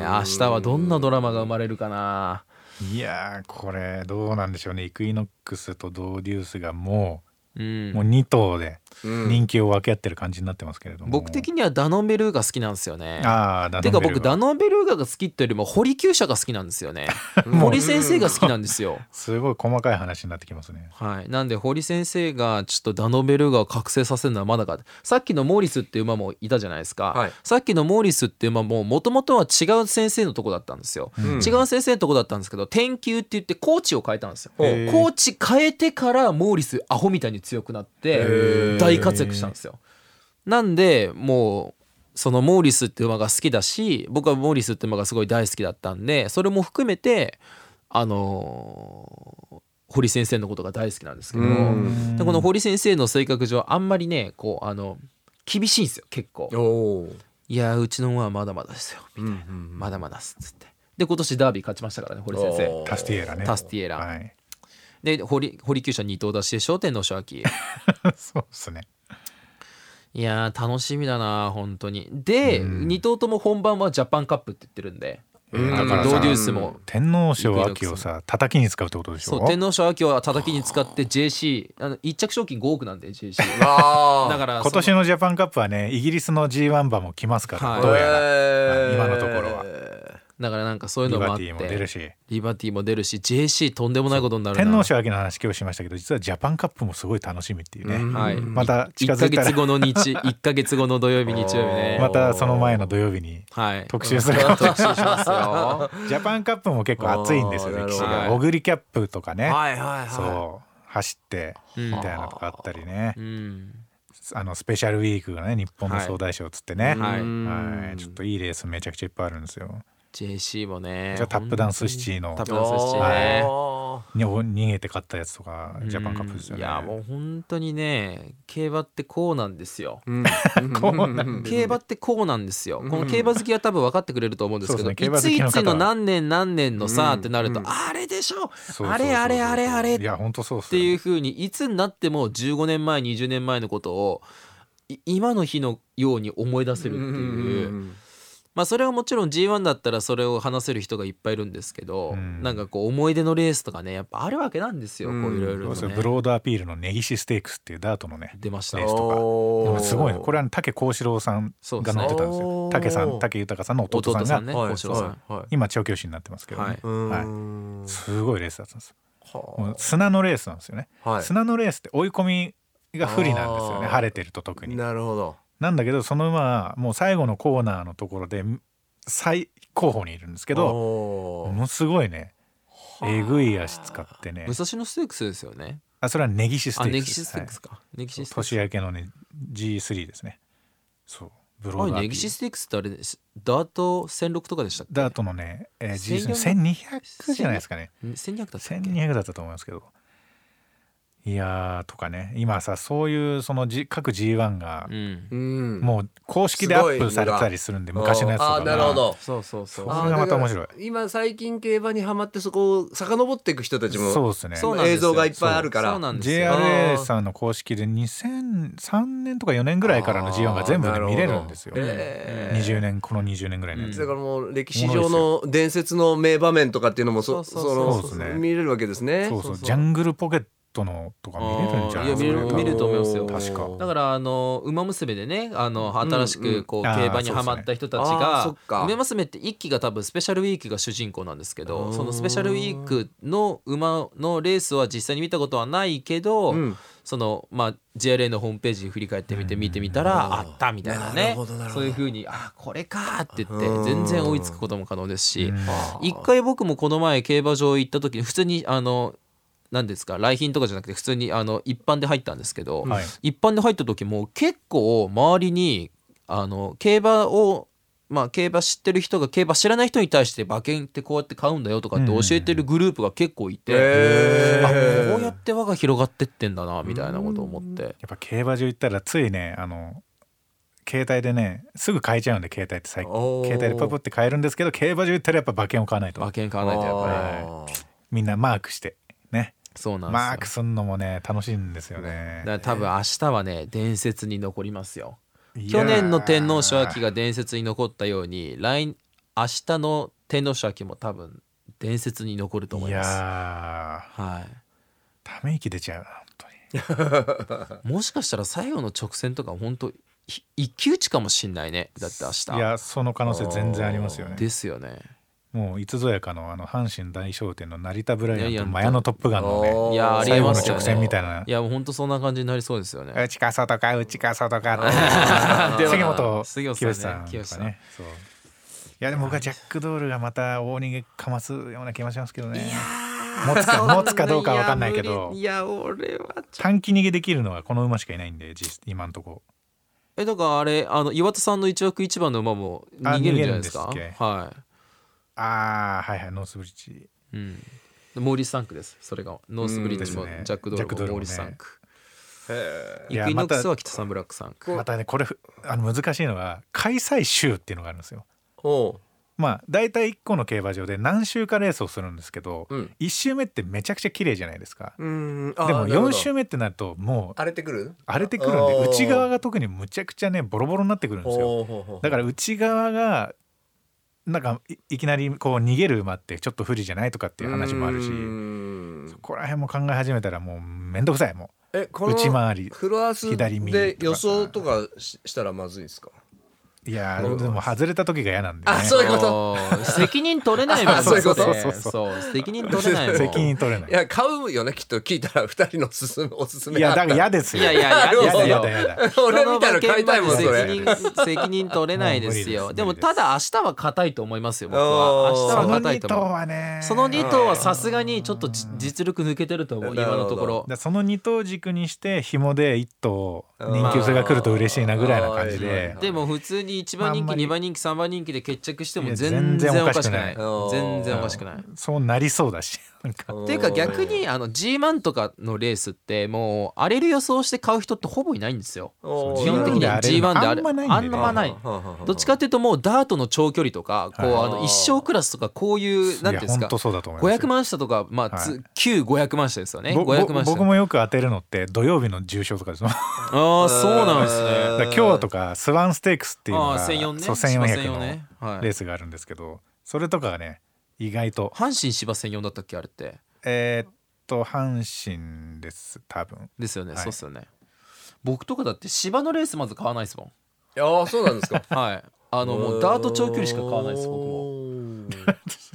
[SPEAKER 2] 明日はどんなドラマが生まれるかない
[SPEAKER 1] やーこれどうなんでしょうねイクイノックスとドーデュースがも
[SPEAKER 2] う
[SPEAKER 1] う、
[SPEAKER 2] ん
[SPEAKER 1] もう2頭で
[SPEAKER 3] うん
[SPEAKER 1] 人気を分け合ってる感じになってますけれども
[SPEAKER 2] 僕的にはダノンベルーが好きなんですよね
[SPEAKER 1] ああだ
[SPEAKER 2] てか僕ダノンベルーガが好きっていうよりも堀厩舎が好きなんですよね
[SPEAKER 1] もう
[SPEAKER 2] 堀先生が好きなんですよ
[SPEAKER 1] すごい細かい話になってきますね
[SPEAKER 2] はい、なんで堀先生がちょっとダノベルガを覚醒させるのはまだかさっきのモーリスっていう馬もいたじゃないですか、
[SPEAKER 3] はい
[SPEAKER 2] さっきのモーリスっていう馬ももともとは違う先生のとこだったんですよ、
[SPEAKER 3] ん
[SPEAKER 2] 違う先生のとこだったんですけど転球って言ってコーチを変えたんですよコ
[SPEAKER 1] へー
[SPEAKER 2] ーチ変えてからモーリスアホみたいに強くなっ
[SPEAKER 3] へ
[SPEAKER 2] て
[SPEAKER 3] ー
[SPEAKER 2] 大活躍したんですよなんでもうそのモーリスって馬が好きだし僕はモーリスって馬がすごい大好きだったんでそれも含めてあのー堀先生のことが大好きなんですけど、
[SPEAKER 3] うん
[SPEAKER 2] でこの堀先生の性格上あんまりねこうあの厳しいんですよ結構
[SPEAKER 3] おー
[SPEAKER 2] 「いやーうちの馬はまだまだですよ」
[SPEAKER 3] うんうん
[SPEAKER 2] まだまだっす」っつってで今年ダービー勝ちましたからね堀先生
[SPEAKER 3] おー
[SPEAKER 1] タスティエラね
[SPEAKER 2] タスティエラ、
[SPEAKER 1] はい *laughs*
[SPEAKER 2] で堀堀厩舎2頭出しで商店の
[SPEAKER 1] *laughs*
[SPEAKER 2] 正秋
[SPEAKER 1] そうですね
[SPEAKER 2] いやー楽しみだな本当にで、2頭とも本番はジャパンカップって言ってるんで、
[SPEAKER 3] うん
[SPEAKER 2] あ
[SPEAKER 1] だからさ
[SPEAKER 2] のドーデュースも
[SPEAKER 1] 天皇賞秋をさ叩きに使うってことでしょ
[SPEAKER 2] そう天皇賞秋は叩きに使って JC あの1着賞金5億なんで JC
[SPEAKER 3] あー
[SPEAKER 2] だから
[SPEAKER 1] 今年のジャパンカップはねイギリスの G1 馬も来ますから、
[SPEAKER 2] はい
[SPEAKER 1] どうやら、
[SPEAKER 3] えー
[SPEAKER 1] 今のところは
[SPEAKER 2] だからなんかそういう
[SPEAKER 1] リ
[SPEAKER 2] のもあ
[SPEAKER 1] バ
[SPEAKER 2] っ
[SPEAKER 1] テ
[SPEAKER 2] て
[SPEAKER 1] ィも出るし
[SPEAKER 2] リバティも出るし JC とんでもないことになるな
[SPEAKER 1] 天皇賞秋の話今日しましたけど実はジャパンカップもすごい楽しみっていうね、
[SPEAKER 3] うん
[SPEAKER 2] はい
[SPEAKER 1] また近
[SPEAKER 2] 1
[SPEAKER 1] づ
[SPEAKER 2] ヶ
[SPEAKER 1] いた
[SPEAKER 2] 月
[SPEAKER 1] ら
[SPEAKER 2] 後
[SPEAKER 1] *laughs*
[SPEAKER 2] の日1ヶ月後の土曜日日曜日
[SPEAKER 3] あー
[SPEAKER 2] ね
[SPEAKER 1] またその前の土曜日に
[SPEAKER 2] はい
[SPEAKER 1] 特集するかもしれ
[SPEAKER 2] 特集しますよ *laughs*
[SPEAKER 1] ない *laughs* ジャパンカップも結構熱いんですよ
[SPEAKER 3] あー
[SPEAKER 1] 歴史
[SPEAKER 2] なるほ
[SPEAKER 1] が
[SPEAKER 2] ど
[SPEAKER 1] 小栗キャップとかね、
[SPEAKER 3] はいはいはい
[SPEAKER 1] そう走ってみたいなとかあったりね、
[SPEAKER 2] うん
[SPEAKER 1] あのスペシャルウィークがね日本の総大賞つってね、
[SPEAKER 2] はい
[SPEAKER 1] はい
[SPEAKER 3] うん
[SPEAKER 1] ちょっといいレースめちゃくちゃいっぱいあるんですよ。
[SPEAKER 2] JC もね
[SPEAKER 1] じゃあタップダンスシティの
[SPEAKER 2] タップダンスシティね
[SPEAKER 3] あ
[SPEAKER 1] に逃げて勝ったやつとかジャパンカップですよね。
[SPEAKER 2] いやもう本当にね競馬ってこうなんですよ
[SPEAKER 3] ーうん
[SPEAKER 1] こうな
[SPEAKER 2] 競馬ってこうなんですよ、この競馬好きは多分分かってくれると思うんですけど
[SPEAKER 1] そうですね競馬
[SPEAKER 2] い
[SPEAKER 1] 好
[SPEAKER 2] つ
[SPEAKER 1] き
[SPEAKER 2] い
[SPEAKER 1] の方は
[SPEAKER 2] つの何年何年のさ
[SPEAKER 3] うん
[SPEAKER 2] ってなると、
[SPEAKER 3] うん
[SPEAKER 2] あれでしょ
[SPEAKER 1] そうそうそうそう
[SPEAKER 2] あれあれあれあれっ
[SPEAKER 1] いや本当そうっす
[SPEAKER 2] て
[SPEAKER 1] よ
[SPEAKER 2] い
[SPEAKER 1] ね
[SPEAKER 2] うふうにいつになっても15年前20年前のことをい今の日のように思い出せるっていう、
[SPEAKER 3] うん
[SPEAKER 2] まあそれはもちろん G1 だったらそれを話せる人がいっぱいいるんですけど、
[SPEAKER 1] うん
[SPEAKER 2] なんかこう思い出のレースとかねやっぱあるわけなんですよ、
[SPEAKER 3] うん
[SPEAKER 2] こういろいろ
[SPEAKER 1] そう
[SPEAKER 2] と
[SPEAKER 1] そう
[SPEAKER 2] ね
[SPEAKER 1] ブロードアピールの根岸ステークスっていうダートのね
[SPEAKER 2] 出ました
[SPEAKER 1] レースとか
[SPEAKER 3] おー
[SPEAKER 1] でもすごいねこれはね竹幸四郎さん
[SPEAKER 2] そう
[SPEAKER 1] が
[SPEAKER 2] です
[SPEAKER 1] 乗
[SPEAKER 2] ね
[SPEAKER 1] ってたんですよ
[SPEAKER 3] おー
[SPEAKER 1] 竹さん竹豊さんの弟さ
[SPEAKER 2] 弟
[SPEAKER 1] ん
[SPEAKER 2] さ
[SPEAKER 1] が
[SPEAKER 2] んね
[SPEAKER 3] はい
[SPEAKER 2] 幸四郎さん、
[SPEAKER 3] はいはい
[SPEAKER 1] 今調教師になってますけど
[SPEAKER 2] は
[SPEAKER 1] ね
[SPEAKER 2] いう
[SPEAKER 3] ーん
[SPEAKER 1] すごいレースだったんですも
[SPEAKER 3] は
[SPEAKER 1] う砂のレースなんですよね
[SPEAKER 3] あは
[SPEAKER 1] 砂のレースって追い込みが不利なんですよね
[SPEAKER 3] あー
[SPEAKER 1] 晴れてると特に
[SPEAKER 3] なるほど
[SPEAKER 1] なんだけどその馬はもう最後のコーナーのところで最後方にいるんですけ
[SPEAKER 3] け
[SPEAKER 1] どものすごいねえぐい足使ってね
[SPEAKER 2] 武蔵野ステークスですよね
[SPEAKER 1] あそれはネギシステー
[SPEAKER 2] あ
[SPEAKER 1] クス
[SPEAKER 2] ネキシステークス
[SPEAKER 1] は
[SPEAKER 2] か、ネキ
[SPEAKER 1] いそう
[SPEAKER 2] システークス
[SPEAKER 1] 年明けのね G3 ですねそうブロー
[SPEAKER 2] あ
[SPEAKER 1] ドアピ
[SPEAKER 2] ネ
[SPEAKER 1] ー
[SPEAKER 2] ギシス
[SPEAKER 1] ル
[SPEAKER 2] ティックスってあれですダート1600とかでしたっけ
[SPEAKER 1] ダートのね、えー、
[SPEAKER 2] 1400
[SPEAKER 1] G1200 じゃないですかね
[SPEAKER 2] 1200だったっけ
[SPEAKER 1] 1200だったと思いますけどいやーとかね今さそういうその、G、各 G1 が
[SPEAKER 2] うん
[SPEAKER 3] うん
[SPEAKER 1] もう公式でアップされたりするんで昔のやつとか
[SPEAKER 3] あ
[SPEAKER 1] が
[SPEAKER 3] ーなるほど
[SPEAKER 2] そうそうそう
[SPEAKER 1] これがまた面白
[SPEAKER 3] あ
[SPEAKER 1] い
[SPEAKER 3] ーだから今最近競馬にはまってそこを遡っていく人たちも
[SPEAKER 1] そうですね
[SPEAKER 2] そうなんですよ
[SPEAKER 3] 映像がいっぱいあるから
[SPEAKER 2] そうなんですよ
[SPEAKER 1] JRA さんの公式で2003年とか4年ぐらいからの G1 が全部
[SPEAKER 3] あーなるほ
[SPEAKER 1] ね
[SPEAKER 3] ど
[SPEAKER 1] 見れるんですよ
[SPEAKER 2] ええ
[SPEAKER 1] 20年この20年ぐらいのや
[SPEAKER 2] うん
[SPEAKER 1] つ
[SPEAKER 3] だからもう歴史上の伝説の名場面とかっていうのもそそ
[SPEAKER 2] そうそう
[SPEAKER 1] そうそ
[SPEAKER 3] の
[SPEAKER 1] うですね
[SPEAKER 3] 見れるわけですね。
[SPEAKER 1] そうそう
[SPEAKER 2] そうそう
[SPEAKER 1] ジャングルポケットのとか見れるんじゃない
[SPEAKER 2] あーいや見れる見れると思いますよ
[SPEAKER 1] 確か
[SPEAKER 2] だからあの「ウマ娘」でねあの新しくこう
[SPEAKER 1] うんうん
[SPEAKER 2] 競馬にハマった人たち
[SPEAKER 3] あーそ
[SPEAKER 2] が
[SPEAKER 3] っか
[SPEAKER 2] 「ウマ娘」って一期が多分スペシャルウィークが主人公なんですけ
[SPEAKER 3] う
[SPEAKER 2] ど
[SPEAKER 3] ん
[SPEAKER 2] そのスペシャルウィークの馬のレースは実際に見たことはないけど
[SPEAKER 3] うん
[SPEAKER 2] そのまあ JRA のホームページ振り返ってみて見てみ
[SPEAKER 3] う
[SPEAKER 2] た
[SPEAKER 3] ん
[SPEAKER 2] らあったみたいな
[SPEAKER 3] な
[SPEAKER 2] ね
[SPEAKER 3] るほどなるほど
[SPEAKER 2] そういうふうに「あーこれか」って言
[SPEAKER 3] う
[SPEAKER 2] っ
[SPEAKER 3] ん
[SPEAKER 2] て全然追いつくことも可能ですし
[SPEAKER 1] うん
[SPEAKER 2] 一回僕もこの前競馬場行った時に普通にあの何ですか来賓とかじゃなくて普通にあの一般で入ったんですけど、
[SPEAKER 1] はい
[SPEAKER 2] 一般で入った時も結構周りにあの競馬をまあ競馬知ってる人が競馬知らない人に対して馬券ってこうやって買うんだよとかって教えてるグループが結構いて、
[SPEAKER 3] へー
[SPEAKER 2] あこうやって輪が広がってってんだなみたいなことを思って。
[SPEAKER 1] やっぱ競馬場行ったらついねあの携帯でねすぐ買えちゃうんで携帯って最
[SPEAKER 3] おー
[SPEAKER 1] 近携帯でパプって買えるんですけど競馬場行ったらやっぱ馬券を買わない
[SPEAKER 2] 馬
[SPEAKER 1] と
[SPEAKER 2] 券買わないとやっぱり
[SPEAKER 1] ぱりみんなマークしてね
[SPEAKER 2] そうなんですよ
[SPEAKER 1] マークすんのもね楽しいんですよね
[SPEAKER 2] だから多分明日はね伝説に残りますよ
[SPEAKER 1] いやー
[SPEAKER 2] 去年の天皇賞秋が伝説に残ったように来明日の天皇賞秋も多分伝説に残ると思
[SPEAKER 1] い
[SPEAKER 2] います
[SPEAKER 1] やー
[SPEAKER 2] は
[SPEAKER 1] ため息出ちゃうな本当に
[SPEAKER 2] い、もしかしたら最後の直線とか本当ひ一騎打ちかもしんないねだって明日
[SPEAKER 1] いやその可能性全然ありますよね
[SPEAKER 2] ですよね
[SPEAKER 1] もういつぞやかのあの阪神大商店の成田ブライ
[SPEAKER 2] いや
[SPEAKER 1] ア
[SPEAKER 2] い
[SPEAKER 1] ン
[SPEAKER 2] や
[SPEAKER 1] とマヤのトップガンのね
[SPEAKER 2] いやありえ
[SPEAKER 1] 最後
[SPEAKER 2] ま
[SPEAKER 1] の
[SPEAKER 2] すよ
[SPEAKER 1] 直
[SPEAKER 2] ね
[SPEAKER 1] 線みたいない
[SPEAKER 2] やもう本当そんな感じになりそうですよね
[SPEAKER 1] 内か外か内か外か
[SPEAKER 2] *laughs* あ
[SPEAKER 1] っ
[SPEAKER 2] ー
[SPEAKER 1] て杉本
[SPEAKER 2] 杉本さんね
[SPEAKER 1] 清さんと
[SPEAKER 2] 清
[SPEAKER 1] か
[SPEAKER 2] さん
[SPEAKER 1] ねそういやでも僕はジャック・ドールがまた大逃げかますような気もしますけどね持つ
[SPEAKER 2] *laughs*
[SPEAKER 1] か持つかどうかわかんないけど
[SPEAKER 2] いや俺は
[SPEAKER 1] 短期逃げできるのはこの馬しかいないんで実今んとこ
[SPEAKER 2] えだからあれあの岩田さんの一枠一番の馬も
[SPEAKER 1] あ
[SPEAKER 2] 逃げるんじゃないですか
[SPEAKER 1] 逃げるんですっ
[SPEAKER 2] は
[SPEAKER 1] ああはいはいノースブリッジ
[SPEAKER 2] い、うん、モーリス・サンクですそれがノースブリッジも
[SPEAKER 1] うんですね
[SPEAKER 2] ジャック・ドール
[SPEAKER 1] ジャックドール
[SPEAKER 2] も
[SPEAKER 1] もね
[SPEAKER 2] モーリス・サンク、
[SPEAKER 1] い
[SPEAKER 2] イ
[SPEAKER 1] や
[SPEAKER 2] クイノックス
[SPEAKER 1] ま
[SPEAKER 2] は北サンブラックさんか
[SPEAKER 1] またねこれふあの難しいのが開催週っていうのがあるんですよ
[SPEAKER 3] おう
[SPEAKER 1] まあ大体1個の競馬場で何周かレースをするんですけど、
[SPEAKER 3] うん
[SPEAKER 1] 1周目ってめちゃくちゃ綺麗じゃないですか
[SPEAKER 3] うんあー
[SPEAKER 1] でも
[SPEAKER 3] なるほ
[SPEAKER 1] 4
[SPEAKER 3] ど
[SPEAKER 1] 周目ってなるともう
[SPEAKER 3] 荒れてくる
[SPEAKER 1] 荒れてくるんで
[SPEAKER 3] おー
[SPEAKER 1] 内側が特にむちゃくちゃねボロボロになってくるんですよ
[SPEAKER 3] おうほうほう
[SPEAKER 1] だから内側がなんかいいきなりこう逃げる馬ってちょっと不利じゃないとかっていう話もあるし
[SPEAKER 3] うーん
[SPEAKER 1] そこら辺も考え始めたらもうめんどくさいも
[SPEAKER 3] えこ
[SPEAKER 1] う
[SPEAKER 3] の
[SPEAKER 1] 内回り
[SPEAKER 3] フロアス
[SPEAKER 1] 左右とか
[SPEAKER 3] で予想とかししたらまずいですか
[SPEAKER 1] いや
[SPEAKER 3] う
[SPEAKER 1] ー
[SPEAKER 3] ん
[SPEAKER 1] でも外れた時が嫌なんでね
[SPEAKER 3] あそういうこと
[SPEAKER 2] と責任取れないもん
[SPEAKER 3] あそういうこと
[SPEAKER 2] だって
[SPEAKER 1] そうそう
[SPEAKER 2] そう責任取れないもん
[SPEAKER 1] 責任取れない
[SPEAKER 3] いや買うよねきっと聞いたら二人のすすめおすすめ
[SPEAKER 1] いやだから
[SPEAKER 3] あ
[SPEAKER 1] 嫌
[SPEAKER 3] っ
[SPEAKER 1] ですよ
[SPEAKER 2] いやいや
[SPEAKER 1] や
[SPEAKER 2] 嫌ですよ
[SPEAKER 1] だやだやだ
[SPEAKER 3] た *laughs* 俺みたいなの買いたいもんそ
[SPEAKER 2] 人の
[SPEAKER 3] れ
[SPEAKER 2] 馬券まで責任責任取れないですよ
[SPEAKER 1] もう無理です
[SPEAKER 2] でも
[SPEAKER 1] 無理で
[SPEAKER 2] た
[SPEAKER 1] す
[SPEAKER 2] だ明日は硬いと思いますよ僕は
[SPEAKER 3] おー
[SPEAKER 2] 明日
[SPEAKER 1] そ
[SPEAKER 2] は
[SPEAKER 1] の
[SPEAKER 2] 硬
[SPEAKER 1] 2
[SPEAKER 2] いと
[SPEAKER 1] 頭
[SPEAKER 2] 思う
[SPEAKER 1] はね
[SPEAKER 2] その2頭はさすがにちょっとじ実力抜けてると思う
[SPEAKER 3] な
[SPEAKER 2] 今
[SPEAKER 3] るほど
[SPEAKER 2] のところ
[SPEAKER 1] だその二等軸にして紐で一等人気薄が来ると嬉しいなぐらいな感じで
[SPEAKER 3] まあ
[SPEAKER 2] でも普通に1番人
[SPEAKER 1] まああ
[SPEAKER 2] 気
[SPEAKER 1] んまり
[SPEAKER 2] 2番人気3番人気で決着して
[SPEAKER 1] い
[SPEAKER 2] も
[SPEAKER 1] や
[SPEAKER 2] 全然おかしくない
[SPEAKER 3] 全然おかしくない
[SPEAKER 2] 全然おかしくない
[SPEAKER 1] そうなりそうだし *laughs* なんか
[SPEAKER 2] っていうか逆にあの G マンとかのレースってもう荒れる予想して買う人ってほぼいないんですよ。
[SPEAKER 3] おー
[SPEAKER 2] 基本的に
[SPEAKER 1] で
[SPEAKER 2] G1 であ
[SPEAKER 1] あ
[SPEAKER 2] れ
[SPEAKER 1] んまないんだよね
[SPEAKER 2] あんまないどっちかっていうともうダートの長距離とかこうあの一生クラスとかこういうなんていうんです
[SPEAKER 1] いや
[SPEAKER 2] か
[SPEAKER 1] 本当そうだと思いますよ
[SPEAKER 2] 500万下とかまあ
[SPEAKER 1] は
[SPEAKER 2] つ旧500万下ですよね
[SPEAKER 1] ぼぼ
[SPEAKER 2] 500万下
[SPEAKER 1] 僕もよく当てるのって土曜日の重賞とかですもんだか
[SPEAKER 2] ああそうなんです
[SPEAKER 3] え
[SPEAKER 2] ね
[SPEAKER 3] ー
[SPEAKER 1] ら *laughs* 今日とかスワンステークスっていうの
[SPEAKER 2] あ
[SPEAKER 1] が
[SPEAKER 2] あ1004ね
[SPEAKER 1] そう
[SPEAKER 2] 芝
[SPEAKER 1] 1400の
[SPEAKER 2] ねはい
[SPEAKER 1] レースがあるんですけどそれとかがね意外と
[SPEAKER 2] 阪神芝1004だったっけあれって
[SPEAKER 1] えーっと阪神です多分
[SPEAKER 2] ですよね
[SPEAKER 1] はい
[SPEAKER 2] そうっすよね僕とかだって芝のレースまず買わないですも
[SPEAKER 3] ああそうなんですか
[SPEAKER 2] んはいあ
[SPEAKER 3] あ
[SPEAKER 2] のもうダート長距離しか買わないです僕も
[SPEAKER 3] も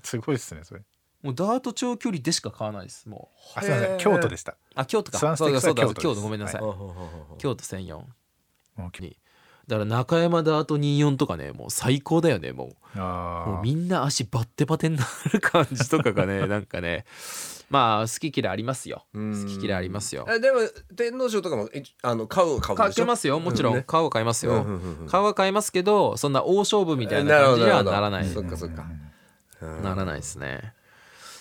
[SPEAKER 1] すごいですねそれ
[SPEAKER 2] もうダート長距離でしか買わないですもう
[SPEAKER 1] あすいませ
[SPEAKER 3] へー
[SPEAKER 1] ん京都でした
[SPEAKER 2] あ京都か
[SPEAKER 1] スワンス
[SPEAKER 2] そ
[SPEAKER 1] テ
[SPEAKER 2] う
[SPEAKER 1] ーク
[SPEAKER 2] だ
[SPEAKER 1] スは
[SPEAKER 2] そうだ
[SPEAKER 1] 京都です
[SPEAKER 2] 京都ごめんなさい
[SPEAKER 1] は
[SPEAKER 2] 京都1004
[SPEAKER 1] もうき
[SPEAKER 2] にだから中山ダート24とかねもう最高だよねもうも
[SPEAKER 1] あ
[SPEAKER 2] う
[SPEAKER 1] ー
[SPEAKER 2] みんな足バッテバテになる感じとかがねなんかねまあ好き嫌いありますよ好き嫌いありますよ
[SPEAKER 3] えでも天皇賞とかもえあの買う買う
[SPEAKER 2] 買ってますよもちろ
[SPEAKER 3] うん
[SPEAKER 2] ん
[SPEAKER 3] ね
[SPEAKER 2] 顔は買います
[SPEAKER 3] う
[SPEAKER 2] よ
[SPEAKER 3] んうんうんうん
[SPEAKER 2] 顔は買いますけどそんな大勝負みたいな
[SPEAKER 3] えなる
[SPEAKER 2] 感
[SPEAKER 3] ほ
[SPEAKER 2] じ
[SPEAKER 3] ど
[SPEAKER 2] にはならない
[SPEAKER 3] なるほどそっかそっかうん
[SPEAKER 2] ならないですね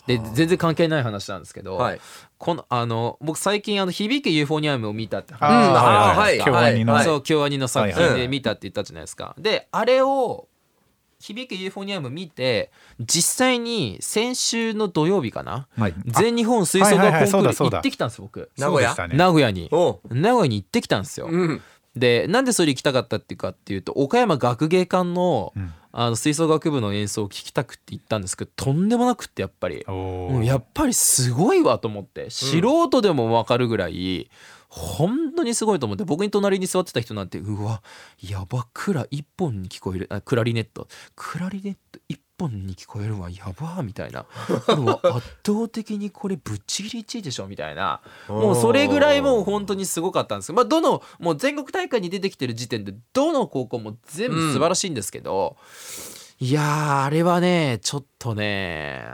[SPEAKER 2] で全然関係ない話なんですけど、
[SPEAKER 3] はい
[SPEAKER 2] このあの僕最近あの「響けユーフォニアム」を見たって
[SPEAKER 1] あー
[SPEAKER 2] 話
[SPEAKER 3] うんあー
[SPEAKER 1] は
[SPEAKER 3] はいい
[SPEAKER 1] 京アニの
[SPEAKER 3] はい
[SPEAKER 2] そう京アニの作
[SPEAKER 1] はい
[SPEAKER 2] 品
[SPEAKER 3] はい
[SPEAKER 2] で見たって言ったじゃないですか。であれを「響けユーフォニアム」見て実際に先週の土曜日かな
[SPEAKER 1] はい
[SPEAKER 2] 全日本吹奏楽
[SPEAKER 1] はいはいはい
[SPEAKER 2] コンク
[SPEAKER 1] そう
[SPEAKER 2] ール
[SPEAKER 1] だそう
[SPEAKER 2] 行
[SPEAKER 1] だ
[SPEAKER 2] ってきたんです僕
[SPEAKER 3] 名古屋
[SPEAKER 1] そうでしたね
[SPEAKER 2] 名古屋に
[SPEAKER 3] おう
[SPEAKER 2] 名古屋に行ってきたんですよ。
[SPEAKER 3] うん
[SPEAKER 2] でなんでそれ行きたかったっていうかっていうと岡山学芸館の,、
[SPEAKER 1] うん
[SPEAKER 2] あの吹奏楽部の演奏を聴きたくって行ったんですけどとんでもなくってやっぱり。
[SPEAKER 1] お
[SPEAKER 2] うん
[SPEAKER 1] ー
[SPEAKER 2] やっぱりすごいわと思って素人でも分かるぐらい、本当にすごいと思って僕に隣に座ってた人なんてうわやばクラ一本に聞こえるあクラリネットクラリネット一本に聞こえるわやばーみたいなうわ圧倒的にこれぶっちぎり1位でしょみたいなもうそれぐらいもう本当にすごかったんですけど、まあ、どのもう全国大会に出てきてる時点でどの高校も全部素晴らしいんですけど、いやーあれはねちょっとね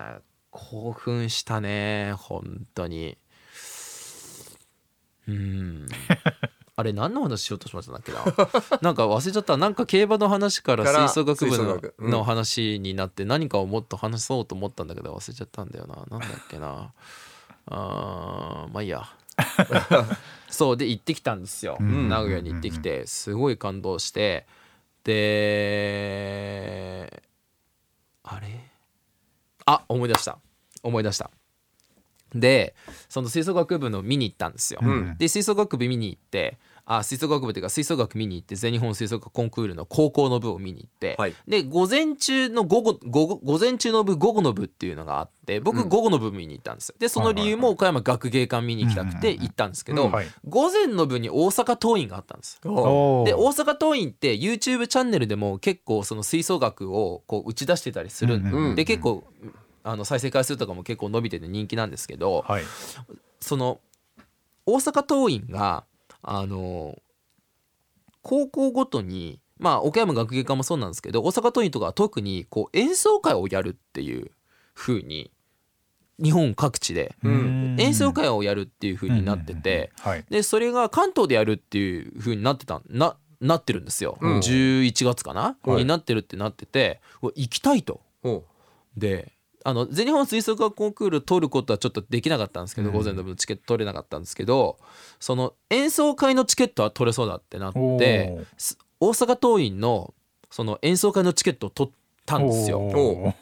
[SPEAKER 2] 興奮したね本当にうん
[SPEAKER 3] *laughs*
[SPEAKER 2] あれ何の話しようとしましたんだっけななんか忘れちゃったなんか競馬の話から
[SPEAKER 3] から
[SPEAKER 2] 吹奏楽部
[SPEAKER 3] 吹奏
[SPEAKER 2] の
[SPEAKER 3] 楽うん
[SPEAKER 2] の話になって何かをもっと話そうと思ったんだけど忘れちゃったんだよななんだっけなあーまあい
[SPEAKER 1] *laughs*
[SPEAKER 2] いやそうで行ってきたんですよ、
[SPEAKER 1] ん
[SPEAKER 2] 名古屋に行ってきてすごい感動してであれあ思い出した思い出したでその吹奏楽部の見に行ったんですよ、
[SPEAKER 1] ん
[SPEAKER 2] で吹奏楽部見に行ってあ吹奏楽部っていうか吹奏楽見に行って全日本吹奏楽コンクールの高校の部を見に行って、
[SPEAKER 3] はい
[SPEAKER 2] で午前中の午後午後午前中の部午後の部っていうのがあって僕午後の部見に行ったんですよでその理由も岡山学芸館見に行きたくて行ったんですけど、
[SPEAKER 1] はい
[SPEAKER 2] 午前の部に大阪桐蔭があったんですよ
[SPEAKER 3] おう
[SPEAKER 1] おー
[SPEAKER 2] で大阪桐蔭って YouTube チャンネルでも結構その吹奏楽をこう打ち出してたりするんで,、
[SPEAKER 1] うん
[SPEAKER 3] うんうん
[SPEAKER 2] で結構あの再生回数とかも結構伸びてて人気なんですけど、
[SPEAKER 1] はい
[SPEAKER 2] その大阪桐蔭があの高校ごとにまあ岡山学芸館もそうなんですけど大阪桐蔭とかは特にこう演奏会をやるっていう風に日本各地で
[SPEAKER 3] うん
[SPEAKER 2] 演奏会をやるっていう風になってて。
[SPEAKER 1] はい
[SPEAKER 2] でそれが関東でやるっていう風になってたななってるんですよ、
[SPEAKER 3] うん
[SPEAKER 2] 11月かな、
[SPEAKER 3] はい
[SPEAKER 2] になってるってなっててうわ行きたいと
[SPEAKER 3] おう
[SPEAKER 2] であの全日本吹奏楽コンクール取ることはちょっとできなかったんですけど、
[SPEAKER 1] うん
[SPEAKER 2] 午前の部のチケット取れなかったんですけどその演奏会のチケットは取れそうだってなっ
[SPEAKER 1] お
[SPEAKER 2] て
[SPEAKER 1] ー
[SPEAKER 2] す大阪桐蔭のその演奏会のチケットを取ったんですよ。
[SPEAKER 1] おー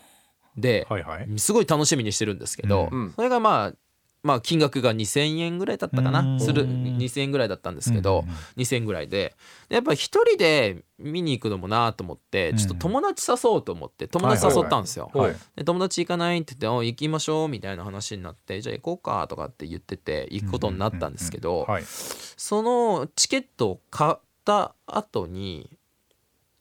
[SPEAKER 2] で、
[SPEAKER 1] はいはい
[SPEAKER 2] すごい楽しみにしてるんですけど、
[SPEAKER 3] うん
[SPEAKER 2] それがまあまあ金額が2,000円ぐらいだったか
[SPEAKER 1] うん
[SPEAKER 2] なする2,000円ぐらいだったんですけ
[SPEAKER 1] う
[SPEAKER 2] ど、
[SPEAKER 1] んうんうん
[SPEAKER 2] 2,000円ぐらいででやっぱ一人で見に行くのもなと思ってちょっと友達誘おうと思って友達誘ったんですよ。
[SPEAKER 3] はい
[SPEAKER 2] で友達行かないって言って「お行きましょう」みたいな話になって「じゃあ行こうか」とかって言ってて行くことになったんですけど
[SPEAKER 1] はい
[SPEAKER 2] そのチケットを買った後に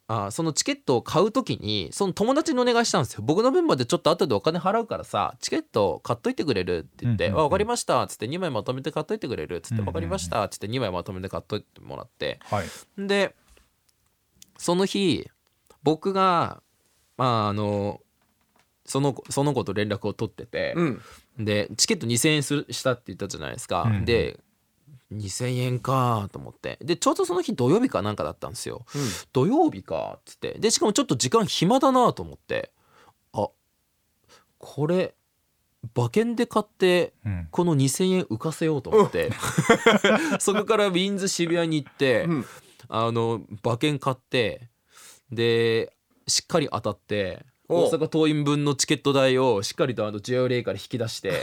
[SPEAKER 2] あそのチケットを買う時にその友達にお願いしたんですよ僕の分までちょっと後でお金払うからさチケット買っといてくれるって言って「
[SPEAKER 1] うんうんうん
[SPEAKER 2] あ分かりました」っつって2枚まとめて買っといてくれるっつっ
[SPEAKER 1] うんう
[SPEAKER 2] て「
[SPEAKER 1] ん
[SPEAKER 2] 分かりました」っつって2枚まとめて買っといてもらって
[SPEAKER 1] はい
[SPEAKER 2] でその日僕がまああのその子その子と連絡を取ってて、
[SPEAKER 3] うん
[SPEAKER 2] でチケット2,000円するしたって言ったじゃないですか、
[SPEAKER 1] うん
[SPEAKER 2] で2,000円かと思ってでちょうどその日土曜日かなんかだったんですよ、土曜日かっつってでしかもちょっと時間暇だなと思ってあこれ馬券で買って
[SPEAKER 1] うん
[SPEAKER 2] この2,000円浮かせようと思って、 *laughs* そこからウィンズ渋谷に行って、
[SPEAKER 3] うん
[SPEAKER 2] あの馬券買ってでしっかり当たって
[SPEAKER 3] お
[SPEAKER 2] 大阪桐蔭分のチケット代をしっかりとあの JRA から引き出して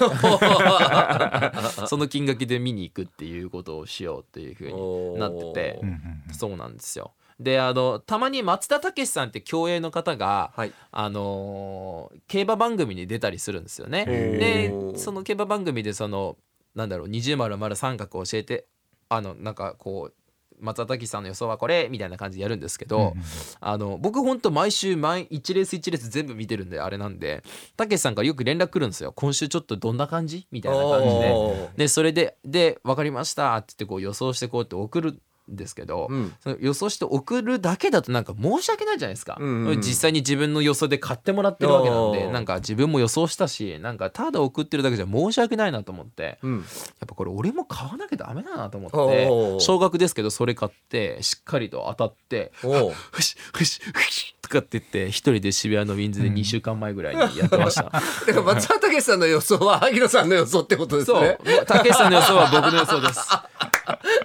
[SPEAKER 2] その金額で見に行くっていうことをしようっていうふうになってて
[SPEAKER 1] うんう。ん
[SPEAKER 2] そうなんですよ。であのたまに松田丈志さんって競泳の方が、
[SPEAKER 3] はい
[SPEAKER 2] あのー競馬番組に出たりするんですよね。
[SPEAKER 1] へ
[SPEAKER 2] で
[SPEAKER 3] ー
[SPEAKER 2] その競馬番組でそのなんだろう二重丸丸三角を教えてあのなんかこう松田丈志さんの予想はこれみたいな感じでやるんですけど、
[SPEAKER 1] うんうん
[SPEAKER 2] あの僕ほんと毎週毎一レース一レース全部見てるんであれなんで丈志さんからよく連絡来るんですよ「今週ちょっとどんな感じ?」みたいな感じで。でそれで「で分かりました」って言ってこう予想してこうって送るんですけど、
[SPEAKER 3] うん
[SPEAKER 2] その予想して送るだけだとなんか申し訳ないじゃないですか、
[SPEAKER 3] うんうんうん
[SPEAKER 2] 実際に自分の予想で買ってもらってるわけなん
[SPEAKER 3] あ
[SPEAKER 2] で
[SPEAKER 3] ー
[SPEAKER 2] なんか自分も予想したしなんかただ送ってるだけじゃ申し訳ないなと思ってやっ
[SPEAKER 3] うん
[SPEAKER 2] ぱこれ俺も買わなきゃダメだなと思
[SPEAKER 3] お
[SPEAKER 2] って
[SPEAKER 3] ー
[SPEAKER 2] 少額ですけどそれ買ってしっかりと当たって
[SPEAKER 3] おう
[SPEAKER 2] ふしふしふしとかって言って一人で渋谷のウィンズで2週間前ぐらいにやって
[SPEAKER 3] *laughs*
[SPEAKER 2] ました。
[SPEAKER 3] だから松田丈志さんの予想は萩野さんの予想ってことです
[SPEAKER 2] そう
[SPEAKER 3] ね。
[SPEAKER 2] 竹下の予想は僕の予想
[SPEAKER 3] *laughs*
[SPEAKER 2] です。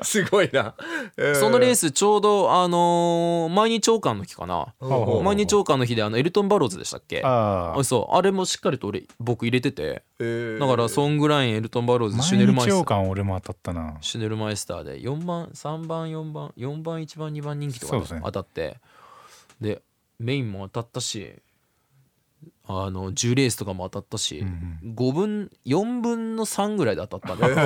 [SPEAKER 3] すごいな。
[SPEAKER 2] そのレー
[SPEAKER 3] ス
[SPEAKER 2] スちょうどあのー毎日王冠の日かな
[SPEAKER 1] おう
[SPEAKER 2] 毎日王冠の日であのエルトン・バローズでしたっけあ
[SPEAKER 1] ああ
[SPEAKER 2] そうあれもしっかりと俺僕入れててだからソングラインエルトン・バローズシュネル
[SPEAKER 1] 毎
[SPEAKER 2] マイ
[SPEAKER 1] 日
[SPEAKER 2] ス
[SPEAKER 1] 王
[SPEAKER 2] ター
[SPEAKER 1] 冠俺も当たったな
[SPEAKER 2] シュネルマイスターで4番3番4番4番1番2番人気とか
[SPEAKER 1] そう
[SPEAKER 2] ね
[SPEAKER 1] ですね
[SPEAKER 2] 当たってでメインも当たったしあの10レースとかも当たったし、
[SPEAKER 1] うん
[SPEAKER 2] 5分4分の3ぐらいで当たったんだ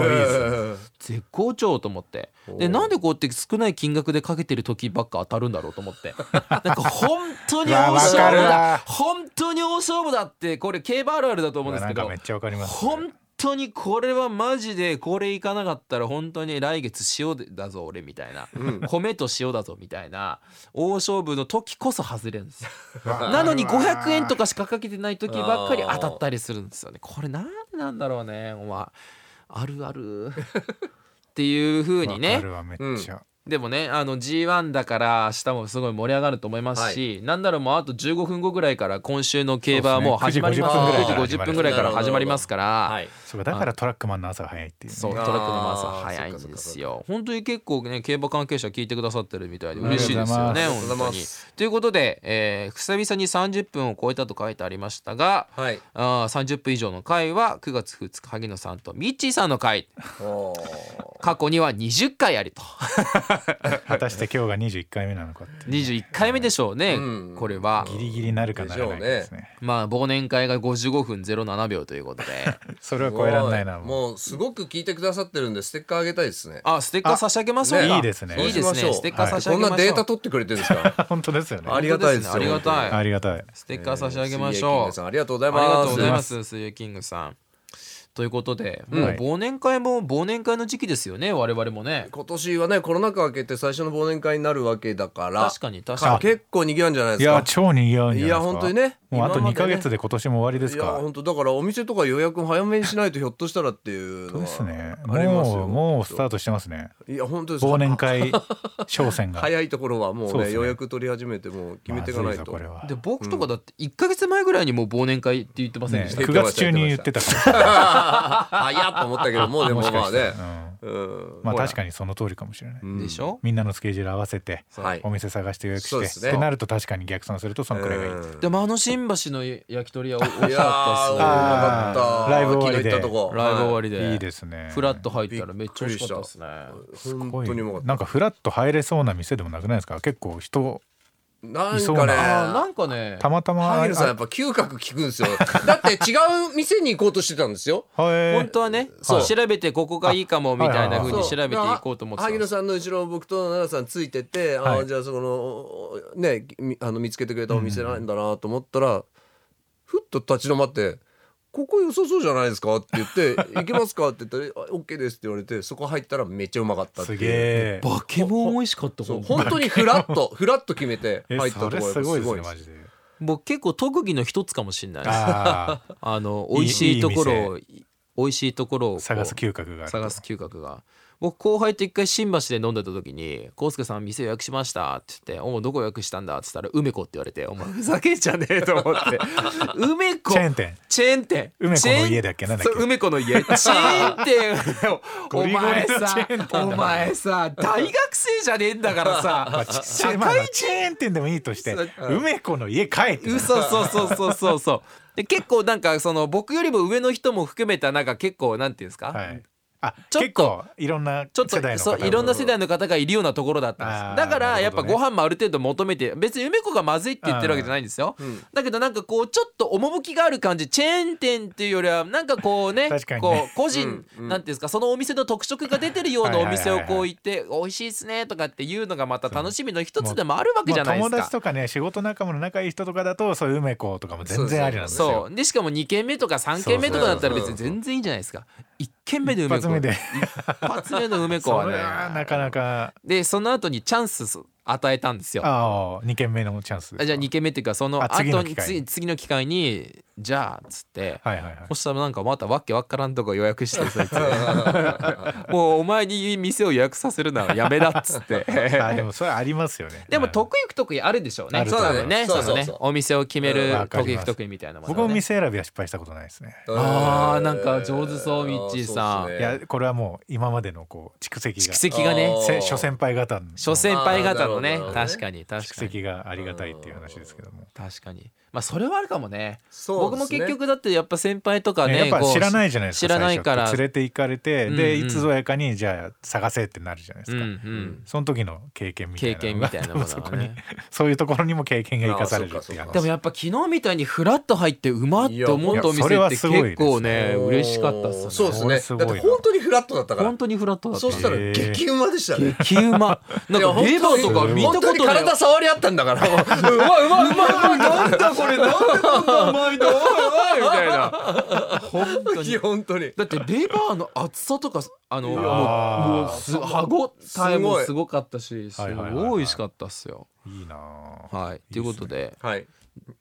[SPEAKER 2] 絶好調と思ってで
[SPEAKER 3] おー
[SPEAKER 2] なんでこうやって少ない金額でかけてる時ばっか当たるんだろうと思ってなんか本
[SPEAKER 1] *laughs*
[SPEAKER 2] 当に大勝
[SPEAKER 1] う
[SPEAKER 2] 負
[SPEAKER 1] わわかるわ
[SPEAKER 2] だ本当に大勝負だってこれ競馬あるあるだと思うんです
[SPEAKER 1] な
[SPEAKER 2] け
[SPEAKER 1] んか
[SPEAKER 2] ど
[SPEAKER 1] めっちゃわかります
[SPEAKER 2] 本当にこれはマジでこれいかなかったら本当に来月塩だぞ俺みたいな、米と塩だぞみたいな大勝負の時こそ外れるんですよなのに500円と
[SPEAKER 1] か
[SPEAKER 2] かしかかけてない時ばっかり当たったりするんですよね。これなんでなんだろうね。お前ある
[SPEAKER 1] *laughs*
[SPEAKER 2] あるっていう風に
[SPEAKER 1] わ
[SPEAKER 2] ね
[SPEAKER 1] か。るわめっちゃ
[SPEAKER 2] でもねあの G1 だから明日もすごい盛り上がると思いますし、なんならもうあと15分後ぐらいから今週の競馬はもう
[SPEAKER 1] そうです
[SPEAKER 2] 始
[SPEAKER 1] ね
[SPEAKER 2] まります。
[SPEAKER 3] 9時
[SPEAKER 2] 9時50
[SPEAKER 1] 50分
[SPEAKER 2] 分ぐ
[SPEAKER 1] ぐ
[SPEAKER 2] ら
[SPEAKER 1] ら
[SPEAKER 2] い
[SPEAKER 1] い
[SPEAKER 2] か
[SPEAKER 1] から
[SPEAKER 3] ら
[SPEAKER 2] 始
[SPEAKER 3] 始
[SPEAKER 2] ま
[SPEAKER 3] ま
[SPEAKER 2] り
[SPEAKER 3] り
[SPEAKER 2] ま
[SPEAKER 3] ますす
[SPEAKER 2] から。
[SPEAKER 3] はい。
[SPEAKER 1] そうかだからトラックマンの朝が早いっていうね
[SPEAKER 2] そうト
[SPEAKER 3] あ
[SPEAKER 2] ラ
[SPEAKER 3] ー
[SPEAKER 2] ックの回すは早いんですよ。本当に結構ね競馬関係者聞いてくださってるみたいで嬉しいですよね
[SPEAKER 3] ありがとうござ
[SPEAKER 2] 本
[SPEAKER 3] い
[SPEAKER 2] 当
[SPEAKER 3] ま
[SPEAKER 2] に
[SPEAKER 3] す。
[SPEAKER 2] ということで、えー久々に30分を超えたと書いてありましたが、
[SPEAKER 3] はい。
[SPEAKER 2] あー30分以上の回は9月2日萩野さんとミッチーさんの回
[SPEAKER 3] おー
[SPEAKER 2] 過去には20回ありと *laughs*
[SPEAKER 1] 果たして今日が21回目なのかっていう
[SPEAKER 2] 21回目でしょうね、
[SPEAKER 3] うん
[SPEAKER 2] これは
[SPEAKER 1] ギリギリなるかならないかですね
[SPEAKER 2] まあ忘年会が55分07秒ということで
[SPEAKER 1] それは超えらんないなもう
[SPEAKER 3] もうすごく聞いてくださってるんでステッカーあげたいですね。
[SPEAKER 2] あステッカー差し上げましょうか、
[SPEAKER 1] ねいいですね
[SPEAKER 2] いいです
[SPEAKER 3] そうしましょ
[SPEAKER 2] ね
[SPEAKER 3] う
[SPEAKER 2] ステッカー差し上
[SPEAKER 3] こ
[SPEAKER 2] げ
[SPEAKER 3] ん
[SPEAKER 2] ましょう、
[SPEAKER 3] なデータ取ってくれてるんですか。
[SPEAKER 1] 本当ですよね
[SPEAKER 3] ありがたいですよ
[SPEAKER 2] 本当ねありがたい、
[SPEAKER 1] ありがたい
[SPEAKER 2] ステッカー差し上げましょう、
[SPEAKER 3] 水泳キングさんありがとうござい
[SPEAKER 2] あ
[SPEAKER 3] ます。
[SPEAKER 2] りがとうございます、水泳キングさん。ということで、もう
[SPEAKER 1] はい
[SPEAKER 2] 忘年会も忘年会の時期ですよね、我々もね。
[SPEAKER 3] 今年はねコロナ禍明けて最初の忘年会になるわけだから
[SPEAKER 2] 確かに確かに。
[SPEAKER 3] 結構賑わうんじゃない
[SPEAKER 1] い
[SPEAKER 3] ですか
[SPEAKER 1] や超にぎわうんじゃないです
[SPEAKER 3] い
[SPEAKER 1] か
[SPEAKER 3] や本当にね
[SPEAKER 1] もうあと
[SPEAKER 3] 今までね
[SPEAKER 1] 2ヶ月で今年も終わりです
[SPEAKER 3] いや
[SPEAKER 1] か
[SPEAKER 3] 本当だからお店とか予約も早めにしないとひょっとしたらっていう
[SPEAKER 1] そ
[SPEAKER 3] のは
[SPEAKER 1] うですね
[SPEAKER 3] あります
[SPEAKER 1] も
[SPEAKER 3] よ
[SPEAKER 1] うもうスタートしてますね
[SPEAKER 3] いや本当です
[SPEAKER 1] 忘年会商戦
[SPEAKER 3] *laughs*
[SPEAKER 1] が
[SPEAKER 3] 早いところはもう
[SPEAKER 1] そうで
[SPEAKER 3] ね
[SPEAKER 1] すね
[SPEAKER 3] 予約取り始めてもう決めていかない
[SPEAKER 1] まず
[SPEAKER 3] と、
[SPEAKER 1] ぞこれは
[SPEAKER 2] で僕とかだって1か月前ぐらいにもう忘年会って言ってませんで
[SPEAKER 1] ね
[SPEAKER 2] した、
[SPEAKER 3] 言って
[SPEAKER 1] 9
[SPEAKER 3] ま
[SPEAKER 1] 月
[SPEAKER 3] した
[SPEAKER 1] 中に言ってたか
[SPEAKER 3] *laughs*
[SPEAKER 1] も
[SPEAKER 3] 早っと思ったけどもう *laughs* でも
[SPEAKER 1] もしか
[SPEAKER 3] まあ
[SPEAKER 1] したら
[SPEAKER 3] ね
[SPEAKER 1] うん
[SPEAKER 3] うん
[SPEAKER 1] まあ確かにその通りかもしれない
[SPEAKER 3] うん
[SPEAKER 2] でしょ、
[SPEAKER 1] みんなのスケジュール合わせて
[SPEAKER 3] はい
[SPEAKER 1] お店探して予約
[SPEAKER 3] そうで
[SPEAKER 1] し
[SPEAKER 3] す
[SPEAKER 1] て
[SPEAKER 3] ね
[SPEAKER 1] ってなると確かに逆算するとそのくらいがいい
[SPEAKER 3] うん
[SPEAKER 2] でもあの新橋の焼き鳥屋お美味
[SPEAKER 3] い
[SPEAKER 2] し
[SPEAKER 3] やー
[SPEAKER 2] か
[SPEAKER 3] う
[SPEAKER 2] った
[SPEAKER 1] あ
[SPEAKER 3] ま
[SPEAKER 2] で
[SPEAKER 3] かった
[SPEAKER 1] ライブ終わ
[SPEAKER 3] 昨
[SPEAKER 1] りで
[SPEAKER 3] 日行ったとこ
[SPEAKER 2] すねライブ終わ
[SPEAKER 3] り
[SPEAKER 2] りで
[SPEAKER 1] いいですね
[SPEAKER 2] フラッと入ったらめっちゃ美味しかったですね
[SPEAKER 3] 本当にうまかった
[SPEAKER 1] なんかフラッと入れそうな店でもなくないですか結構人
[SPEAKER 3] ないん
[SPEAKER 1] そう
[SPEAKER 3] か
[SPEAKER 1] な
[SPEAKER 3] ね
[SPEAKER 2] あーなんかね
[SPEAKER 1] たまたま
[SPEAKER 3] ハ
[SPEAKER 1] あ
[SPEAKER 3] イルさんやっぱ嗅覚聞くんですよだって違う店に行こうとしてたんですよ
[SPEAKER 1] あへー
[SPEAKER 2] 本当はね、
[SPEAKER 3] そう
[SPEAKER 2] 調べてここがいいかもみたいな風に調べていこうと思ってたん
[SPEAKER 3] 萩
[SPEAKER 2] で
[SPEAKER 3] 野
[SPEAKER 2] す
[SPEAKER 3] さんの後ろを僕と奈々さんついてて、あ
[SPEAKER 1] は
[SPEAKER 3] あ
[SPEAKER 1] い
[SPEAKER 3] じゃあそのねみあの見つけてくれたお店なんだなと思ったら、ふっと立ち止まって「ここ良さそうじゃないですか?」って言って「行きますか?」って言ったらあ「OK です」って言われてそこ入ったらめっちゃうまかったってい
[SPEAKER 1] す
[SPEAKER 3] う
[SPEAKER 1] げえ
[SPEAKER 2] バケモン美味しかった
[SPEAKER 3] そう
[SPEAKER 2] ほん
[SPEAKER 3] 本当にフラッとフラッと決めて
[SPEAKER 1] え
[SPEAKER 3] 入ったと
[SPEAKER 1] そ
[SPEAKER 3] こ
[SPEAKER 1] れ
[SPEAKER 3] ろ
[SPEAKER 1] すごいですね
[SPEAKER 3] やっぱ
[SPEAKER 1] マジで
[SPEAKER 2] 僕結構特技の一つかもしれないです
[SPEAKER 1] ああ
[SPEAKER 2] あの
[SPEAKER 1] いい
[SPEAKER 2] 美味しいところをい美味しいところをこう
[SPEAKER 1] 探す嗅覚がある
[SPEAKER 2] 探す嗅覚が僕後輩と一回新橋で飲んでた時に「康介さん店予約しました」って言って「おうどこ予約したんだ」って言ったら「梅子」って言われて「お前ふざけんじゃねえ」と思って「梅子」
[SPEAKER 1] チェーン店
[SPEAKER 2] チェーン店
[SPEAKER 1] 梅子の家だっけなんだっけ
[SPEAKER 2] そう梅子の
[SPEAKER 1] *laughs*
[SPEAKER 2] 家チェーン店お
[SPEAKER 1] ゴリゴリ
[SPEAKER 2] 前
[SPEAKER 1] のチ
[SPEAKER 2] さ
[SPEAKER 1] ェーン店だな
[SPEAKER 2] お前さ大学生じゃねえんだから
[SPEAKER 1] *laughs* まあ
[SPEAKER 2] さ
[SPEAKER 1] ちっちゃ
[SPEAKER 2] 社
[SPEAKER 1] いまあま
[SPEAKER 2] 会
[SPEAKER 1] あチェーン店でもいいとして
[SPEAKER 2] そう
[SPEAKER 1] 梅子の家帰ってた
[SPEAKER 2] 嘘そうそうそうそうそうで結構なんかその僕よりも上の人も含めたなんか結構なんていうんですか、
[SPEAKER 1] はいあ
[SPEAKER 2] ちょっと
[SPEAKER 1] 結構いろんな
[SPEAKER 2] ちょっ
[SPEAKER 1] 世代
[SPEAKER 2] と
[SPEAKER 1] の
[SPEAKER 2] そ
[SPEAKER 1] 方
[SPEAKER 2] ういろんな世代の方がいるようなところだったん
[SPEAKER 1] あ
[SPEAKER 2] で
[SPEAKER 1] ー
[SPEAKER 2] すだからやっぱ
[SPEAKER 1] なる
[SPEAKER 2] ご
[SPEAKER 1] ほど
[SPEAKER 2] 飯もある程度求めて別に梅子がまずいって言ってるわけじゃないんですよ
[SPEAKER 3] うん
[SPEAKER 2] だけどなんかこうちょっと趣がある感じチェーン店っていうよりはなんかこう
[SPEAKER 1] *laughs*
[SPEAKER 2] ね
[SPEAKER 1] 確かにね
[SPEAKER 2] こう個人
[SPEAKER 3] うんうん
[SPEAKER 2] なんていうんですかそのお店の特色が出てるような
[SPEAKER 1] はいは
[SPEAKER 2] お
[SPEAKER 1] いはい
[SPEAKER 2] 店
[SPEAKER 1] はい
[SPEAKER 2] をこう行って美味しいですねとかっていうのがまた楽しみの一つでもあるわけ
[SPEAKER 1] も
[SPEAKER 2] じ
[SPEAKER 1] う
[SPEAKER 2] ゃないで
[SPEAKER 1] 友
[SPEAKER 2] す
[SPEAKER 1] 達
[SPEAKER 2] か。
[SPEAKER 1] とかね仕事仲間の仲いい人とかだとそういう梅子とかも全然ありなんですよ
[SPEAKER 2] そうでしかも2軒目とか3軒目とかだったら別に全然いいんじゃないですか1軒目で
[SPEAKER 1] 一
[SPEAKER 2] 梅子
[SPEAKER 1] 発目で
[SPEAKER 2] 一発目の梅子
[SPEAKER 1] そ
[SPEAKER 2] は
[SPEAKER 1] れ
[SPEAKER 2] ね
[SPEAKER 1] はなかなか
[SPEAKER 2] でその後にチャンス与えたんですよ。
[SPEAKER 1] ああ2軒目のチャンス
[SPEAKER 2] あじゃあ2軒目っていうかその
[SPEAKER 1] あ
[SPEAKER 2] 後
[SPEAKER 1] 次の
[SPEAKER 2] に
[SPEAKER 1] 機会
[SPEAKER 2] 次次の機会にじゃあっつって、
[SPEAKER 1] はいはいはい
[SPEAKER 2] そしたらなんかまたわけわからんとこ予約
[SPEAKER 1] *laughs*
[SPEAKER 2] してそいつもうお前に店を予約させるならやめだっつって。 *laughs*
[SPEAKER 1] あでもそれはありますよね
[SPEAKER 2] でも
[SPEAKER 1] はい
[SPEAKER 2] 得意不得意あるでしょうね
[SPEAKER 1] あ。ると思います
[SPEAKER 2] だね。
[SPEAKER 3] そ
[SPEAKER 2] そう
[SPEAKER 3] そうそう
[SPEAKER 2] うね。お店を決め
[SPEAKER 1] うん
[SPEAKER 2] る
[SPEAKER 1] わか
[SPEAKER 2] 得
[SPEAKER 1] り
[SPEAKER 2] 意
[SPEAKER 1] ま
[SPEAKER 2] 不
[SPEAKER 1] す
[SPEAKER 2] 得意みたいなもの、ね。
[SPEAKER 1] 僕も店選びは失敗したことないですね
[SPEAKER 3] *laughs*
[SPEAKER 2] あーなんか上手そうミッチーさん
[SPEAKER 1] いやこれはもう今までのこう蓄積が
[SPEAKER 2] 蓄積がね
[SPEAKER 3] あー。
[SPEAKER 1] せ諸先輩方の
[SPEAKER 2] 諸先輩方の
[SPEAKER 3] あーな
[SPEAKER 2] ね
[SPEAKER 3] るほどね
[SPEAKER 2] 確かに確
[SPEAKER 1] 蓄
[SPEAKER 2] かに
[SPEAKER 1] 積がありがたいっていう話ですけども、
[SPEAKER 2] 確かに。まあそれはあるかもね。
[SPEAKER 3] そう
[SPEAKER 2] 僕
[SPEAKER 3] ですね
[SPEAKER 2] も結局だってやっぱ先輩とか
[SPEAKER 1] ね
[SPEAKER 2] ね
[SPEAKER 1] やっぱ
[SPEAKER 2] こう
[SPEAKER 1] 知らないじゃないですか
[SPEAKER 2] 知らないから
[SPEAKER 1] 最初って連れて行かれて、
[SPEAKER 2] う
[SPEAKER 1] で
[SPEAKER 2] んうん
[SPEAKER 1] いつぞやかにじゃあ探せってなるじゃないです
[SPEAKER 2] うんう
[SPEAKER 1] か、
[SPEAKER 2] ん
[SPEAKER 1] その時の経験みたいなのが
[SPEAKER 2] 経験みたいなものがね
[SPEAKER 1] そこにそういうところにも経験が生かされる
[SPEAKER 3] あー
[SPEAKER 1] っ
[SPEAKER 3] そ
[SPEAKER 1] て
[SPEAKER 3] う
[SPEAKER 1] い
[SPEAKER 3] かそうか
[SPEAKER 1] う話
[SPEAKER 2] でもやっぱ昨日みたいにフラッと入ってうまって思ったお店
[SPEAKER 1] いやいや
[SPEAKER 2] って
[SPEAKER 1] それはすごいです
[SPEAKER 2] 結構
[SPEAKER 1] ね
[SPEAKER 2] ね嬉しかったっすね
[SPEAKER 3] そうです
[SPEAKER 1] す
[SPEAKER 3] ねだっ
[SPEAKER 1] ごい
[SPEAKER 3] て本当にフラットだったから
[SPEAKER 2] 本当にフラットだった
[SPEAKER 3] そしたら
[SPEAKER 1] へー
[SPEAKER 3] 激うまでしたね
[SPEAKER 2] 激うまなんかレバーとか見たこ
[SPEAKER 3] 本当に
[SPEAKER 2] とない
[SPEAKER 3] 体触り合ったんだからうわうまいうまいうまいなんだこれなんだこんなうまいの
[SPEAKER 2] おいみたいな本当に
[SPEAKER 3] 本当に
[SPEAKER 2] だってレバーの厚さとかあのもう
[SPEAKER 1] あー
[SPEAKER 2] もうす歯ごたえもすごかったしす
[SPEAKER 1] ごいはいはいはいはい
[SPEAKER 2] ごい美味しかったっすよ
[SPEAKER 1] いいなあ
[SPEAKER 2] はいということで
[SPEAKER 3] はい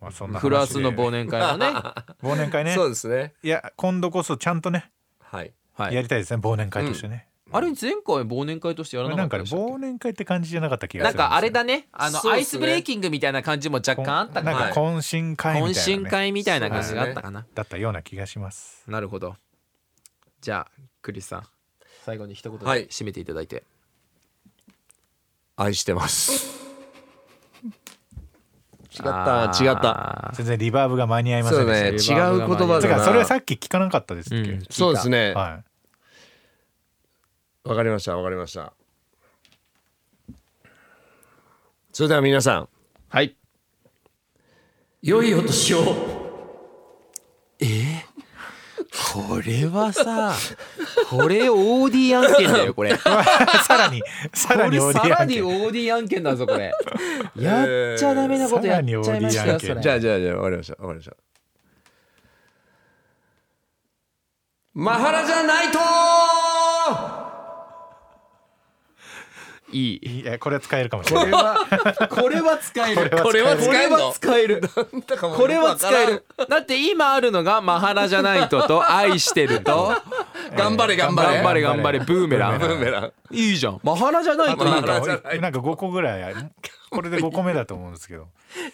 [SPEAKER 1] まあ、そんな話で
[SPEAKER 2] フランスの忘年会もねは
[SPEAKER 1] 忘年会ね
[SPEAKER 3] そうですね
[SPEAKER 1] いや今度こそちゃんとね
[SPEAKER 3] はい
[SPEAKER 1] や
[SPEAKER 2] い
[SPEAKER 1] りたいですね忘年会としてね、
[SPEAKER 2] あれ前回忘年会としてやらなか
[SPEAKER 1] な
[SPEAKER 2] っ
[SPEAKER 1] ん
[SPEAKER 2] た
[SPEAKER 1] かね
[SPEAKER 2] でしたっけ
[SPEAKER 1] 忘年会って感じじゃなかった気がす
[SPEAKER 2] な
[SPEAKER 1] る
[SPEAKER 2] んかあれだ
[SPEAKER 1] ね
[SPEAKER 2] ねあ
[SPEAKER 3] そう
[SPEAKER 2] の
[SPEAKER 3] っすね
[SPEAKER 2] アイスブレイキングみたいな感じも若干あったか
[SPEAKER 1] なん
[SPEAKER 2] な
[SPEAKER 1] か懇親会みたいな、ね、
[SPEAKER 2] 懇親会みたいな感じがあったかな、
[SPEAKER 1] だったような気がします
[SPEAKER 2] なるほどじゃあクリスさん最後に一言で
[SPEAKER 3] はい
[SPEAKER 2] 締めていただいて、
[SPEAKER 3] 愛してます違った
[SPEAKER 2] あー
[SPEAKER 3] 違った
[SPEAKER 1] 全然リバーブが間に合いませ
[SPEAKER 3] そ
[SPEAKER 1] ん
[SPEAKER 3] う
[SPEAKER 1] でした
[SPEAKER 3] ね違う
[SPEAKER 2] リ
[SPEAKER 3] 言
[SPEAKER 2] バーブが
[SPEAKER 3] 葉
[SPEAKER 1] て
[SPEAKER 3] だ
[SPEAKER 1] か
[SPEAKER 3] な
[SPEAKER 1] それはさっき聞かなかったですっけ、
[SPEAKER 2] うん
[SPEAKER 3] そうですねわ
[SPEAKER 1] は
[SPEAKER 3] かりましたわかりましたそれでは皆さん
[SPEAKER 2] はい
[SPEAKER 3] 良いお年を
[SPEAKER 2] これはさこれ OD 案件だよ *laughs* これこ
[SPEAKER 1] い。 *laughs* さらにさらに
[SPEAKER 2] れ
[SPEAKER 1] オーデ
[SPEAKER 2] さ
[SPEAKER 1] ィ
[SPEAKER 2] ら
[SPEAKER 1] 案
[SPEAKER 2] に
[SPEAKER 1] 件
[SPEAKER 2] OD 案件だぞこれ *laughs* やっちゃダメなことやっちゃいましたよそ
[SPEAKER 1] さらに OD 案件
[SPEAKER 2] れ
[SPEAKER 3] じゃあじゃあじゃあわかりましたわかりましたマハラじゃないと
[SPEAKER 2] いい
[SPEAKER 1] いやこれは使えるかもしれない。
[SPEAKER 3] *laughs*
[SPEAKER 2] これは使える
[SPEAKER 3] これは使えるの
[SPEAKER 2] 使える *laughs* これは使えるだって今あるのが「マハラじゃないと」 *laughs* と「愛してる」と
[SPEAKER 3] 頑張れ頑張れ
[SPEAKER 2] 頑張れ頑張れブーメラン
[SPEAKER 1] ブ
[SPEAKER 3] ブーメラン
[SPEAKER 2] 「いいじゃんマハラじゃない
[SPEAKER 1] あ
[SPEAKER 2] と」
[SPEAKER 1] と
[SPEAKER 2] な
[SPEAKER 1] なんん
[SPEAKER 2] か
[SPEAKER 1] か
[SPEAKER 3] じゃない
[SPEAKER 1] なんか5個ぐらいあるこれで5個目だと思うんですけど。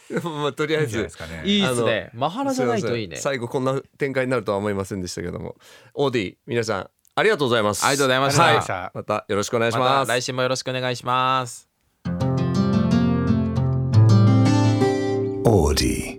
[SPEAKER 3] *laughs* まあとりあ
[SPEAKER 1] い
[SPEAKER 3] え
[SPEAKER 1] いんじゃな
[SPEAKER 3] ず
[SPEAKER 1] いですかね。
[SPEAKER 2] いいっ
[SPEAKER 3] あ
[SPEAKER 2] す
[SPEAKER 3] の
[SPEAKER 2] ねマハラじゃないといいね
[SPEAKER 3] すません最後こんな展開になるとは思いませんでしたけどもオーディ皆さんありがとうございます
[SPEAKER 2] ありがとうございました
[SPEAKER 3] は
[SPEAKER 1] さあ
[SPEAKER 3] またよろしくお願いし
[SPEAKER 2] ま
[SPEAKER 3] ま
[SPEAKER 2] た来
[SPEAKER 3] す
[SPEAKER 2] 週もよろしくお願いします
[SPEAKER 4] Audi.